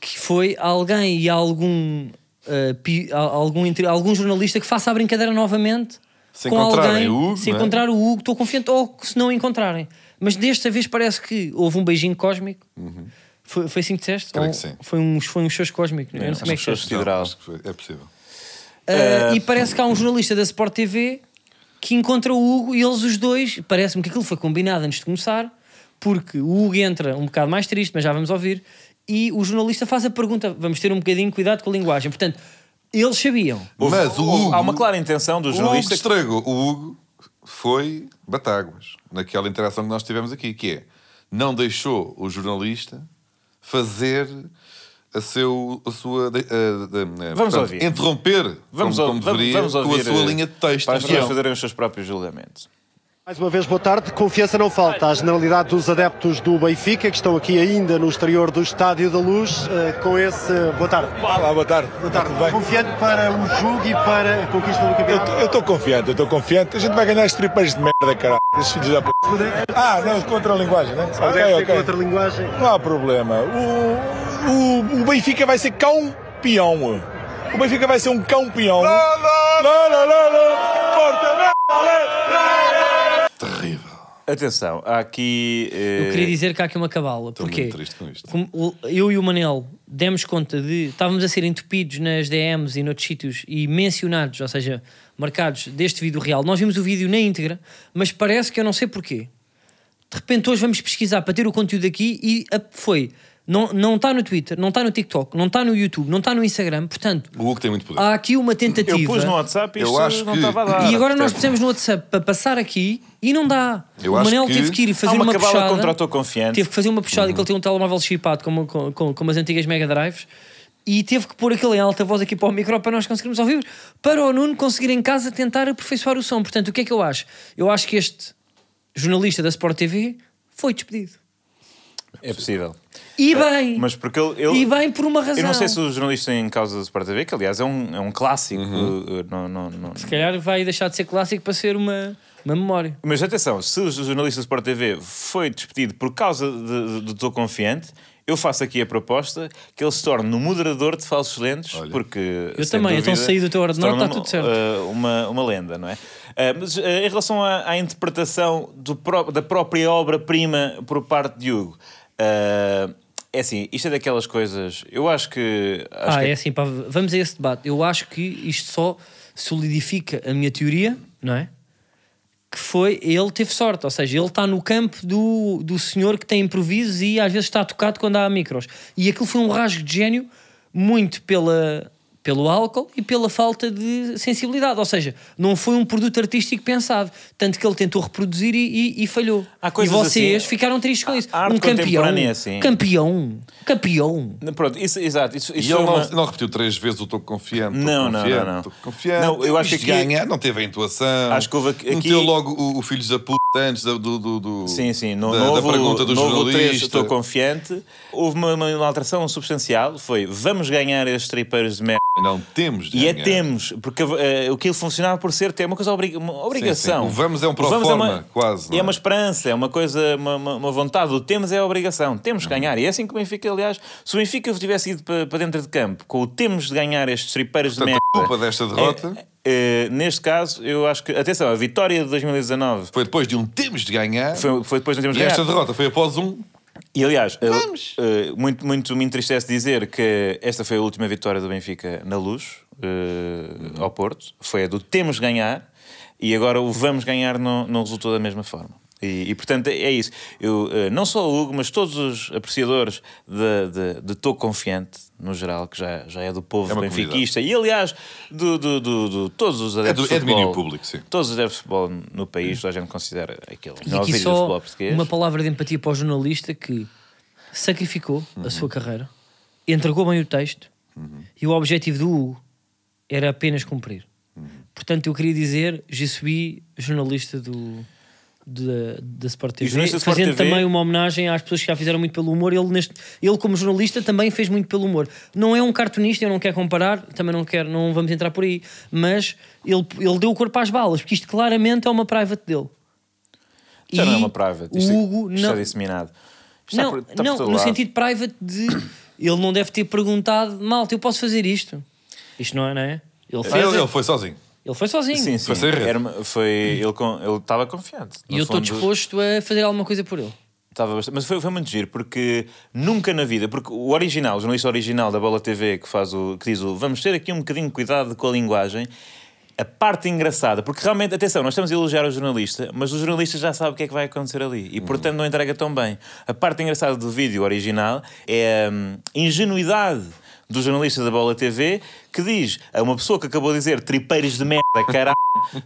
que foi alguém e algum, ah, pi- a- algum, entre- algum jornalista que faça a brincadeira novamente Se com encontrarem alguém, o Hugo, se não é? encontrar o Hugo, estou confiante, ou que se não encontrarem. Mas desta vez parece que houve um beijinho cósmico. Foi, foi assim que disseste? Uhum. Creio Ou que sim. Foi um, foi um show cósmico, não é? Eu não sei como é que acho que é. Não, shows- Sideral. acho que foi- É possível. Uh, e parece que há um jornalista da Sport TV que encontra o Hugo e eles os dois, parece-me que aquilo foi combinado antes de começar, porque o Hugo entra um bocado mais triste, mas já vamos ouvir, e o jornalista faz a pergunta, vamos ter um bocadinho de cuidado com a linguagem. Portanto, eles sabiam. Houve- Mas o Hugo- um Há uma clara intenção O do Hugo jornalista. que- estragou. O Hugo foi Batáguas, naquela interação que nós tivemos aqui, que é não deixou o jornalista fazer a, seu, a sua. de- a- de- a- Vamos ouvir. Interromper, Vamos, como, ao- como vamos- deveria, vamos ouvir com a sua eh, linha de texto. Para as pessoas Não. fazerem os seus próprios julgamentos. Mais uma vez, boa tarde. Confiança não falta. A generalidade dos adeptos do Benfica, que estão aqui ainda no exterior do Estádio da Luz, eh, com esse. Boa tarde. Olá, boa tarde. Boa tarde. Tudo bem? Confiante para o jogo e para a conquista do campeonato? Eu estou confiante, eu estou confiante. A gente vai ganhar estes tripeiros de merda, caralho. Esses filhos da p. Ah, não, contra a linguagem, né? Deve Ok, ser é com ok. outra linguagem. Não há problema. O, o, o Benfica vai ser campeão. O Benfica vai ser um campeão. Não, não, não, não, não. Porta, não. Terrível. Atenção, há aqui. eh, Eu queria dizer que há aqui uma cabala. Porquê? muito triste com isto. Como o- Eu e o Manel demos conta de. Estávamos a ser entupidos nas DMs e noutros sítios e mencionados, ou seja, marcados deste vídeo real. Nós vimos o vídeo na íntegra, mas parece que eu não sei porquê. De repente, hoje vamos pesquisar para ter o conteúdo aqui e a- foi. Não não está no Twitter, não está no TikTok, não está no YouTube, não está no Instagram. Portanto, O Hugo tem muito Ah, poder. há aqui uma tentativa. Eu pus no WhatsApp e Eu isto acho não que- estava a dar. E agora nós portanto. pusemos no WhatsApp para passar aqui e não dá. Eu o acho Manel que teve que ir fazer Há uma uma cabala puxada. contra o Tô Confiante. Uhum. Teve que fazer uma puxada e que ele tem um telemóvel chipado como, com- com- como as antigas Mega Drives. E teve que pôr aquilo em alta voz aqui para o micro para nós conseguirmos ouvir, para o Nuno conseguir em casa tentar aperfeiçoar o som. Portanto, o que é que eu acho? Eu acho que este jornalista da Sport TV foi despedido. É possível. E bem! É, Mas porque ele. ele- E bem por uma razão. Eu não sei se o jornalista em causa do Sport TV, que aliás é um, é um clássico. uh, não- não- não- Se calhar vai deixar de ser clássico para ser uma, uma memória. Mas atenção, se o jornalista do Sport TV foi despedido por causa de- de- do Tô Confiante, eu faço aqui a proposta que ele se torne um moderador de falsos lentes, porque. Eu sem também, então dúvida, saí do teu se ordenador, está torna uma- tudo certo. uh, uma, uma lenda, não é? Uh, mas uh, em relação à, à interpretação do pró- da própria obra-prima por parte de Hugo. uh, é assim, isto é daquelas coisas. Eu acho que. Acho ah, que é assim, pá, vamos a esse debate. Eu acho que isto só solidifica a minha teoria, não é? que foi, ele teve sorte, ou seja, ele está no campo do, do senhor que tem improvisos e às vezes está tocado quando há micros. E aquilo foi um rasgo de gênio muito pela, pelo álcool e pela falta de sensibilidade, ou seja, não foi um produto artístico pensado, tanto que ele tentou reproduzir e, e- e falhou. Há E coisas vocês assim- ficaram tristes com isso. a arte um campeão, contemporânea é assim. campeão, campeão. é, Pronto, isso, exato. Isso, E isso ele foi não, uma- não repetiu três vezes o estou confiante. tô Não, não, confiante, não, não. tô confiante. Não, eu acho que Isto aqui- ganha, não teve a intuação. Acho que houve aqui- Meteu logo o, o Filhos da Puta antes do. do, do- do- Sim, sim. No, Tipo, da, no da novo, pergunta do no novo jornalista. trecho, estou confiante. Houve uma, uma alteração substancial. Foi, vamos ganhar estes tripeiros de merda. Não temos. de E é ganhar. temos, porque eh, o que ele funcionava por ser ter é uma coisa obri- uma obrigação. sim. O vamos é um O vamos proforma, quase, não É é? uma esperança, é uma coisa, uma, uma- uma vontade. O temos é a obrigação, temos que Uhum. ganhar. E é assim que o Benfica, aliás, se o Benfica tivesse ido para, para dentro de campo com o temos de ganhar estes tripeiros de Portanto, merda. é, a culpa desta derrota eh, eh, neste caso, eu acho que. Atenção, a vitória de 2019 foi depois de um temos de ganhar. foi, um foi depois de temos e de ganhar. esta derrota foi após um. E aliás, eu- eh, muito, muito me entristece dizer que esta foi a última vitória do Benfica na luz, eh, Uhum. ao Porto. Foi a do temos de ganhar e agora o vamos ganhar não, não resultou da mesma forma. E, e, portanto é isso. Eu, eh, não só o Hugo, mas todos os apreciadores de, de, de Tô Confiante, no geral, que já, já é do povo É uma benfiquista, e aliás, do, do, do, do- todos os adeptos do- é de de futebol, domínio público, sim. Todos os adeptos de futebol no país, toda a gente considera aquele. E não aqui vídeo do futebol só português. uma palavra de empatia para o jornalista que sacrificou Uhum. a sua carreira, entregou bem o texto e o objetivo do Hugo era apenas cumprir. Uhum. Portanto, eu queria dizer, já subi jornalista do da, da Sport E TV, jornalista da Sport fazendo TV. também uma homenagem às pessoas que já fizeram muito pelo humor. Ele, neste, ele, como jornalista, também fez muito pelo humor. Não é um cartunista, eu não quero comparar, também não quero, não vamos entrar por aí, mas ele, ele deu o corpo às balas, porque isto claramente é uma private dele. Já não é E uma private. o Isto, é- Hugo isto está não- disseminado. Isto está não, por- está por não todo no lado. sentido private de ele não deve ter perguntado, malta, eu posso fazer isto. Isto não é, não é? Ele fez, Ele, ele, ele foi sozinho. foi sozinho. Sim, sim. Foi sem rede. Era uma- foi, ele com- ele estava confiante. E No eu estou fundo, disposto a fazer alguma coisa por ele. Estava bastante, mas foi, foi muito giro, porque nunca na vida, porque o original, o jornalista original da Bola TV que, faz o, que diz o vamos ter aqui um bocadinho de cuidado com a linguagem, a parte engraçada, porque realmente, atenção, nós estamos a elogiar o jornalista, mas o jornalista já sabe o que é que vai acontecer ali Uhum. e portanto não entrega tão bem. A parte engraçada do vídeo original é hum, a ingenuidade do jornalista da Bola TV que diz a uma pessoa que acabou de dizer tripeiros de merda, caralho,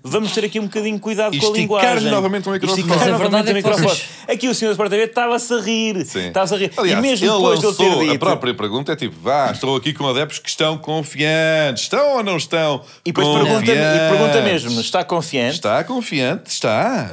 vamos ter aqui um bocadinho de cuidado E com a esticar-lhe linguagem. novamente o microfone. Esticar Mas a novamente verdade é o que microfone. vocês- Aqui o senhor do Sport TV estava-se a rir. Sim. Estava-se a rir. Aliás, e mesmo ele depois de ele lançou ter dito. a própria pergunta é tipo, vá, estou aqui com adeptos que estão confiantes. Estão ou não estão? E depois pergunta, e pergunta mesmo: está confiante? Está confiante? Está.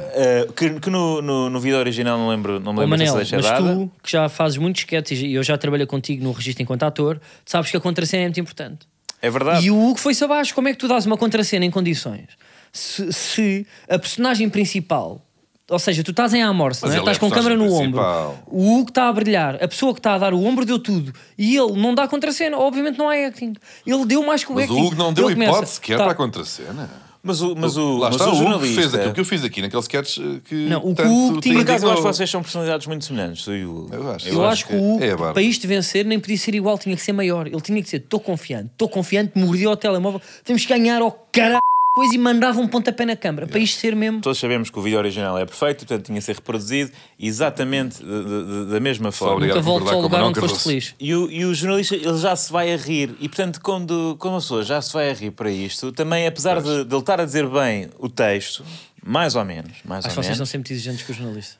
Uh, que que no, no, no vídeo original não lembro, não me Ô lembro Manel, se mas deixa dada. tu, que já fazes muitos sketches e eu já trabalhei contigo no registro enquanto ator, tu sabes que a contracena é muito importante. É verdade. E o Hugo foi-se abaixo. Como é que tu dás uma contracena em condições? Se, se a personagem principal, ou seja, tu estás em amorce, não é? ele é estás a com a câmera no personagem ombro, principal. o Hugo está a brilhar, a pessoa que está a dar o ombro deu tudo e ele não dá contracena. Obviamente não há acting. Ele deu mais que o Mas acting. o Hugo não deu Ele começa, hipótese sequer tá. para a contracena. Mas o, mas o, Lá mas está, o o Hugo jornalista. fez aquilo que eu fiz aqui naquele sketch eh, que. Não, o que tanto o Hugo te tinha- Por acaso eu acho que indignou. vocês são personalidades muito semelhantes. Eu, e o- Eu acho. Eu, acho que o Hugo, é a barba. para isto vencer, nem podia ser igual, tinha que ser maior. Ele tinha que ser, estou confiante, estou confiante, mordeu o telemóvel, temos que ganhar ao caralho, coisa e mandava um pontapé na câmara. Para isto ser mesmo. Todos sabemos que o vídeo original é perfeito, portanto tinha de ser reproduzido exatamente de- de- de- da mesma forma. obrigado. Nunca a voltes concordar ao com o lugar Manuel onde foste Cardoso. feliz. E o, e o jornalista ele já se vai a rir. E portanto, quando, quando uma pessoa já se vai a rir para isto, também, apesar de, de ele estar a dizer bem o texto, mais ou menos, mais Acho que ou vocês são menos. sempre exigentes com o jornalista.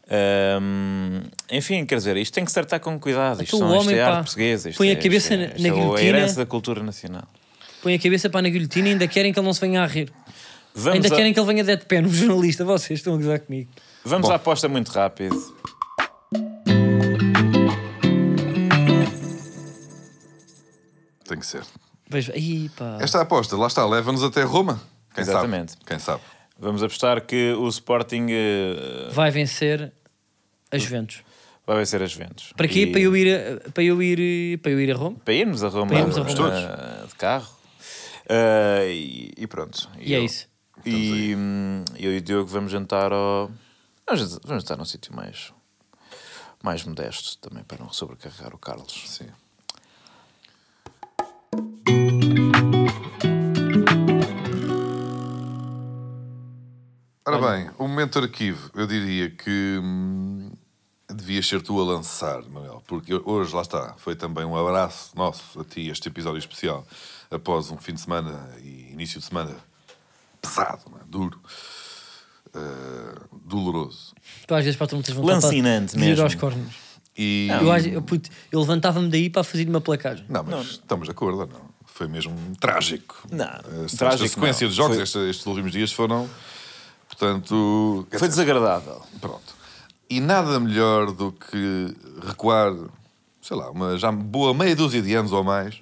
hum, enfim, quer dizer, isto tem que se tratar com cuidado. Isto, Então, o são, isto homem, é pá, arte portuguesa. Isto põe é, a cabeça isto é, na- isto na é o- a guilhotina. herança da cultura nacional. Põe a cabeça para a guilhotina e ainda querem que ele não se venha a rir. Vamos, ainda a- querem que ele venha deadpan, o jornalista. Vocês estão a gozar comigo. vamos à aposta muito rápido. Tem que ser. Veja, aí pá. Esta aposta, lá está, leva-nos até Roma. Quem Exatamente. sabe? Quem sabe? Vamos apostar que o Sporting eh, Vai vencer a Juventus. vai vencer as Ventos. Para quê? Para, eu ir a, para, eu ir, para eu ir a Roma? para irmos a Roma, Para irmos a eh, de carro Eh, e, e pronto. E é isso. E hum, eu e o Diogo vamos jantar ao. Vamos jantar- vamos jantar num sítio mais. mais modesto também, para não sobrecarregar o Carlos. Sim. Ora bem, o momento momento de arquivo, eu diria que hum, devias ser tu a lançar, Manuel, porque eu- hoje, lá está, foi também um abraço nosso a ti, este episódio especial, após um fim de semana e início de semana pesado, não é? duro, eh, doloroso. Tu às vezes para tu não tens vontade Lancinante de ir mesmo. aos cornos. E, Eu, às- eu, puto, eu levantava-me daí para fazer uma placagem. Não, mas estamos de acordo, ou não? Foi mesmo trágico. Não, Esta- esta, trágico sequência não. de jogos, Foi- esta- estes últimos dias foram. Portanto. quer Foi dizer, desagradável. Pronto. E nada melhor do que recuar, sei lá, uma já boa meia dúzia de anos ou mais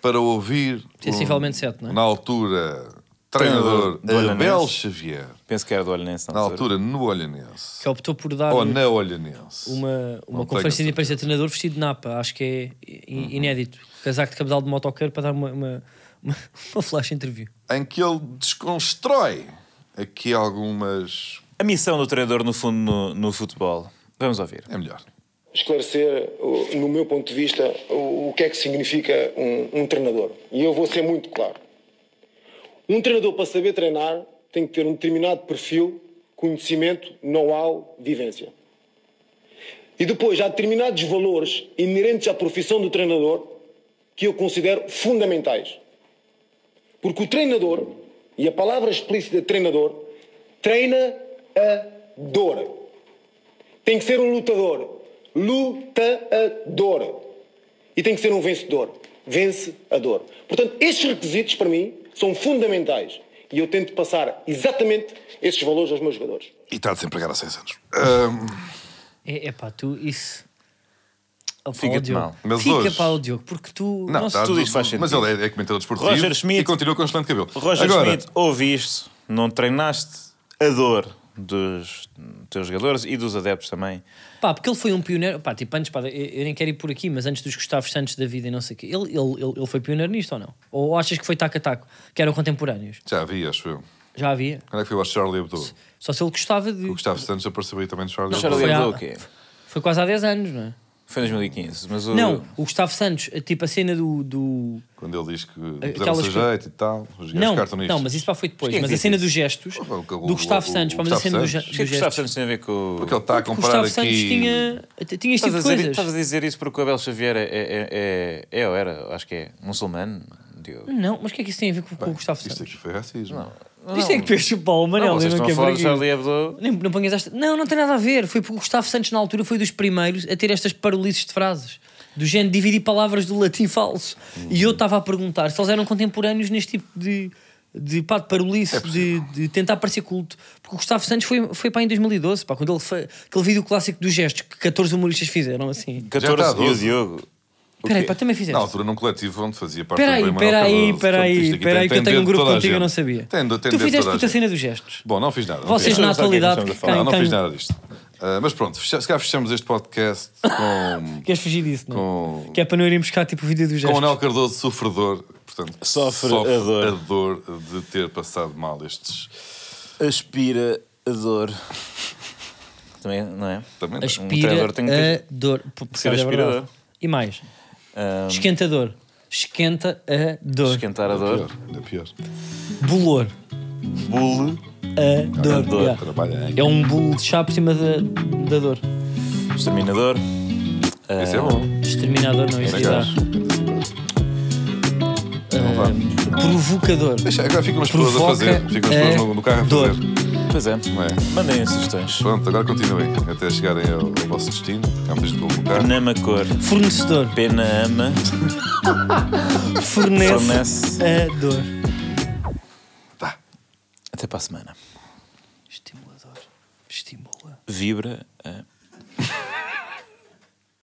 para ouvir. um, Sensivelmente sete, não é? Na altura, treinador Do Olhanense. Abel Xavier, Penso que era do olho nesse na altura no Olhanense. Que optou por Oh, dar Ou na Olhanense. uma, uma Não conferência de tenho imprensa de treinador vestido de napa. Acho que é Uhum. i- inédito. Casaco de cabedal de motoqueiro para dar uma, uma, uma, uma flash interview. Em que ele desconstrói aqui algumas. A missão do treinador, no fundo, no, no futebol. Vamos ouvir. É melhor. esclarecer, o- no meu ponto de vista, o o que é que significa um, um treinador. E eu vou ser muito claro. Um treinador, para saber treinar, tem que ter um determinado perfil, conhecimento, know-how, vivência. E depois, há determinados valores inerentes à profissão do treinador que eu considero fundamentais. Porque o treinador, e a palavra explícita treinador, treina a dor. Tem que ser um lutador. Lutador. E tem que ser um vencedor. Vencedor. Portanto, estes requisitos, para mim, são fundamentais. E eu tento passar exatamente estes valores aos meus jogadores. E está desempregado há seis anos. Ahm, É, é pá, tu isso. Ah, pá, Fica-te ó, Diogo. mal. Mas Fica hoje- para o Diogo, porque tu. Não, nossa, tá, tudo isto faz Mas sentido. ele é, é comentador desportivo Roger Schmidt- e continua com excelente cabelo. Roger Agora, Schmidt, ouve isto, não treinaste a dor dos teus jogadores e dos adeptos também. Pá, porque ele foi um pioneiro. Pá, tipo, antes, pá, eu, eu nem quero ir por aqui, mas antes dos Gustavos Santos da vida e não sei o quê, ele, ele, ele, ele foi pioneiro nisto ou não? Ou achas que foi taco a taco, que eram contemporâneos? Já havia, acho eu. Já havia. Quando é que foi o Charlie Hebdo? Só se ele gostava de. O Gustavo Santos apareceu aí também no Charlie Charlie Foi Hebdo. há- Hebdo, o quê? Foi quase há 10 anos, não é? Foi em 2015. Mas o... Não, o Gustavo Santos, tipo a cena do. do... Quando ele diz que Aquelas pusemos a que- jeito e tal. Os Não, gajos cartam nisto. não, mas isso pá foi depois. Quem é que Mas a disse cena isso? dos gestos, o- o- do Gustavo o- o Santos, pá, mas a Gustavo cena dos, ge- Santos. O que é dos que gestos. Gustavo Santos tem a ver com. Porque ele está a Porque o comparar Gustavo aqui... Santos tinha, tinha este Estás a, tipo de dizer, coisas. estás a dizer isso porque o Abel Xavier é, é, é, é- é ou era, acho que é, muçulmano. Diogo. Não, mas o que é que isso tem a ver com, com o Gustavo Isto Santos? aqui foi racismo. Isto é que tu és o Paulo Manel, Não, vocês eu não estão a quero falar por do aqui. Charlie Hebdo. Nem- Não ponhas esta... Não, não tem nada a ver. Foi porque o Gustavo Santos, na altura, foi dos primeiros a ter estas parolices de frases. Do género dividir palavras do latim falso. E eu estava a perguntar se eles eram contemporâneos neste tipo de, de, pá, de É parolice, de, de tentar parecer culto. Porque o Gustavo Santos foi, foi para em 2012, pá, quando ele foi, aquele vídeo clássico dos gestos que 14 humoristas fizeram assim. 14 e o doze. Diogo. Espera aí, quê? pá, também Na fizeste. altura, num coletivo onde fazia parte Espera aí, também espera aí, Manuel espera Cardoso. Portanto, aí, isto aqui espera tem- aí, que tem eu tenho um dedo de grupo toda a contigo, eu gente. não sabia. Tem dedo- tem tu dedo de fizeste toda a muita gente. cena dos gestos. Bom, não fiz nada. não Vocês fiz na nada. não sabem o que é que atualidade. estamos a falar. quem- Não, não quem- fiz nada disto. Ah, Mas pronto, fecha- se calhar fechamos este podcast com... Queres fugir disso, não? Com- é? Que é para não irem buscar tipo o vídeo dos Com o gestos. Anel Cardoso sofredor, portanto, Sofre a dor. a dor de ter passado mal estes. Aspira a dor. Também, não é? Também Aspi- Asp... Aspira treinador tem que ter- a dor. Por- por ser causa da verdade. aspirador. E mais, Ah, esquentador. Esquenta a dor. esquentar a pior, dor. ainda é pior. Bolor. Bule. A dor. dor. yeah. Trabalha em. É um bolo de chá por cima da, da dor. Exterminador. Ah, Esse é bom. Exterminador, não isso Era é dá. gajo. Não vá. Provocador. Deixa, agora ficam as pessoas a Provoca fazer. Ficam as pessoas a no, no carro a dor. fazer. Pois é. Não é? Mandem sugestões. Pronto, agora continuem até chegarem ao, ao vosso destino. Ficamos pelo lugar. Penama cor. Fornecedor. Pena ama. Fornece Fornece. a dor. Tá. Até para a semana. Estimulador. Estimula. eh, Vibra. a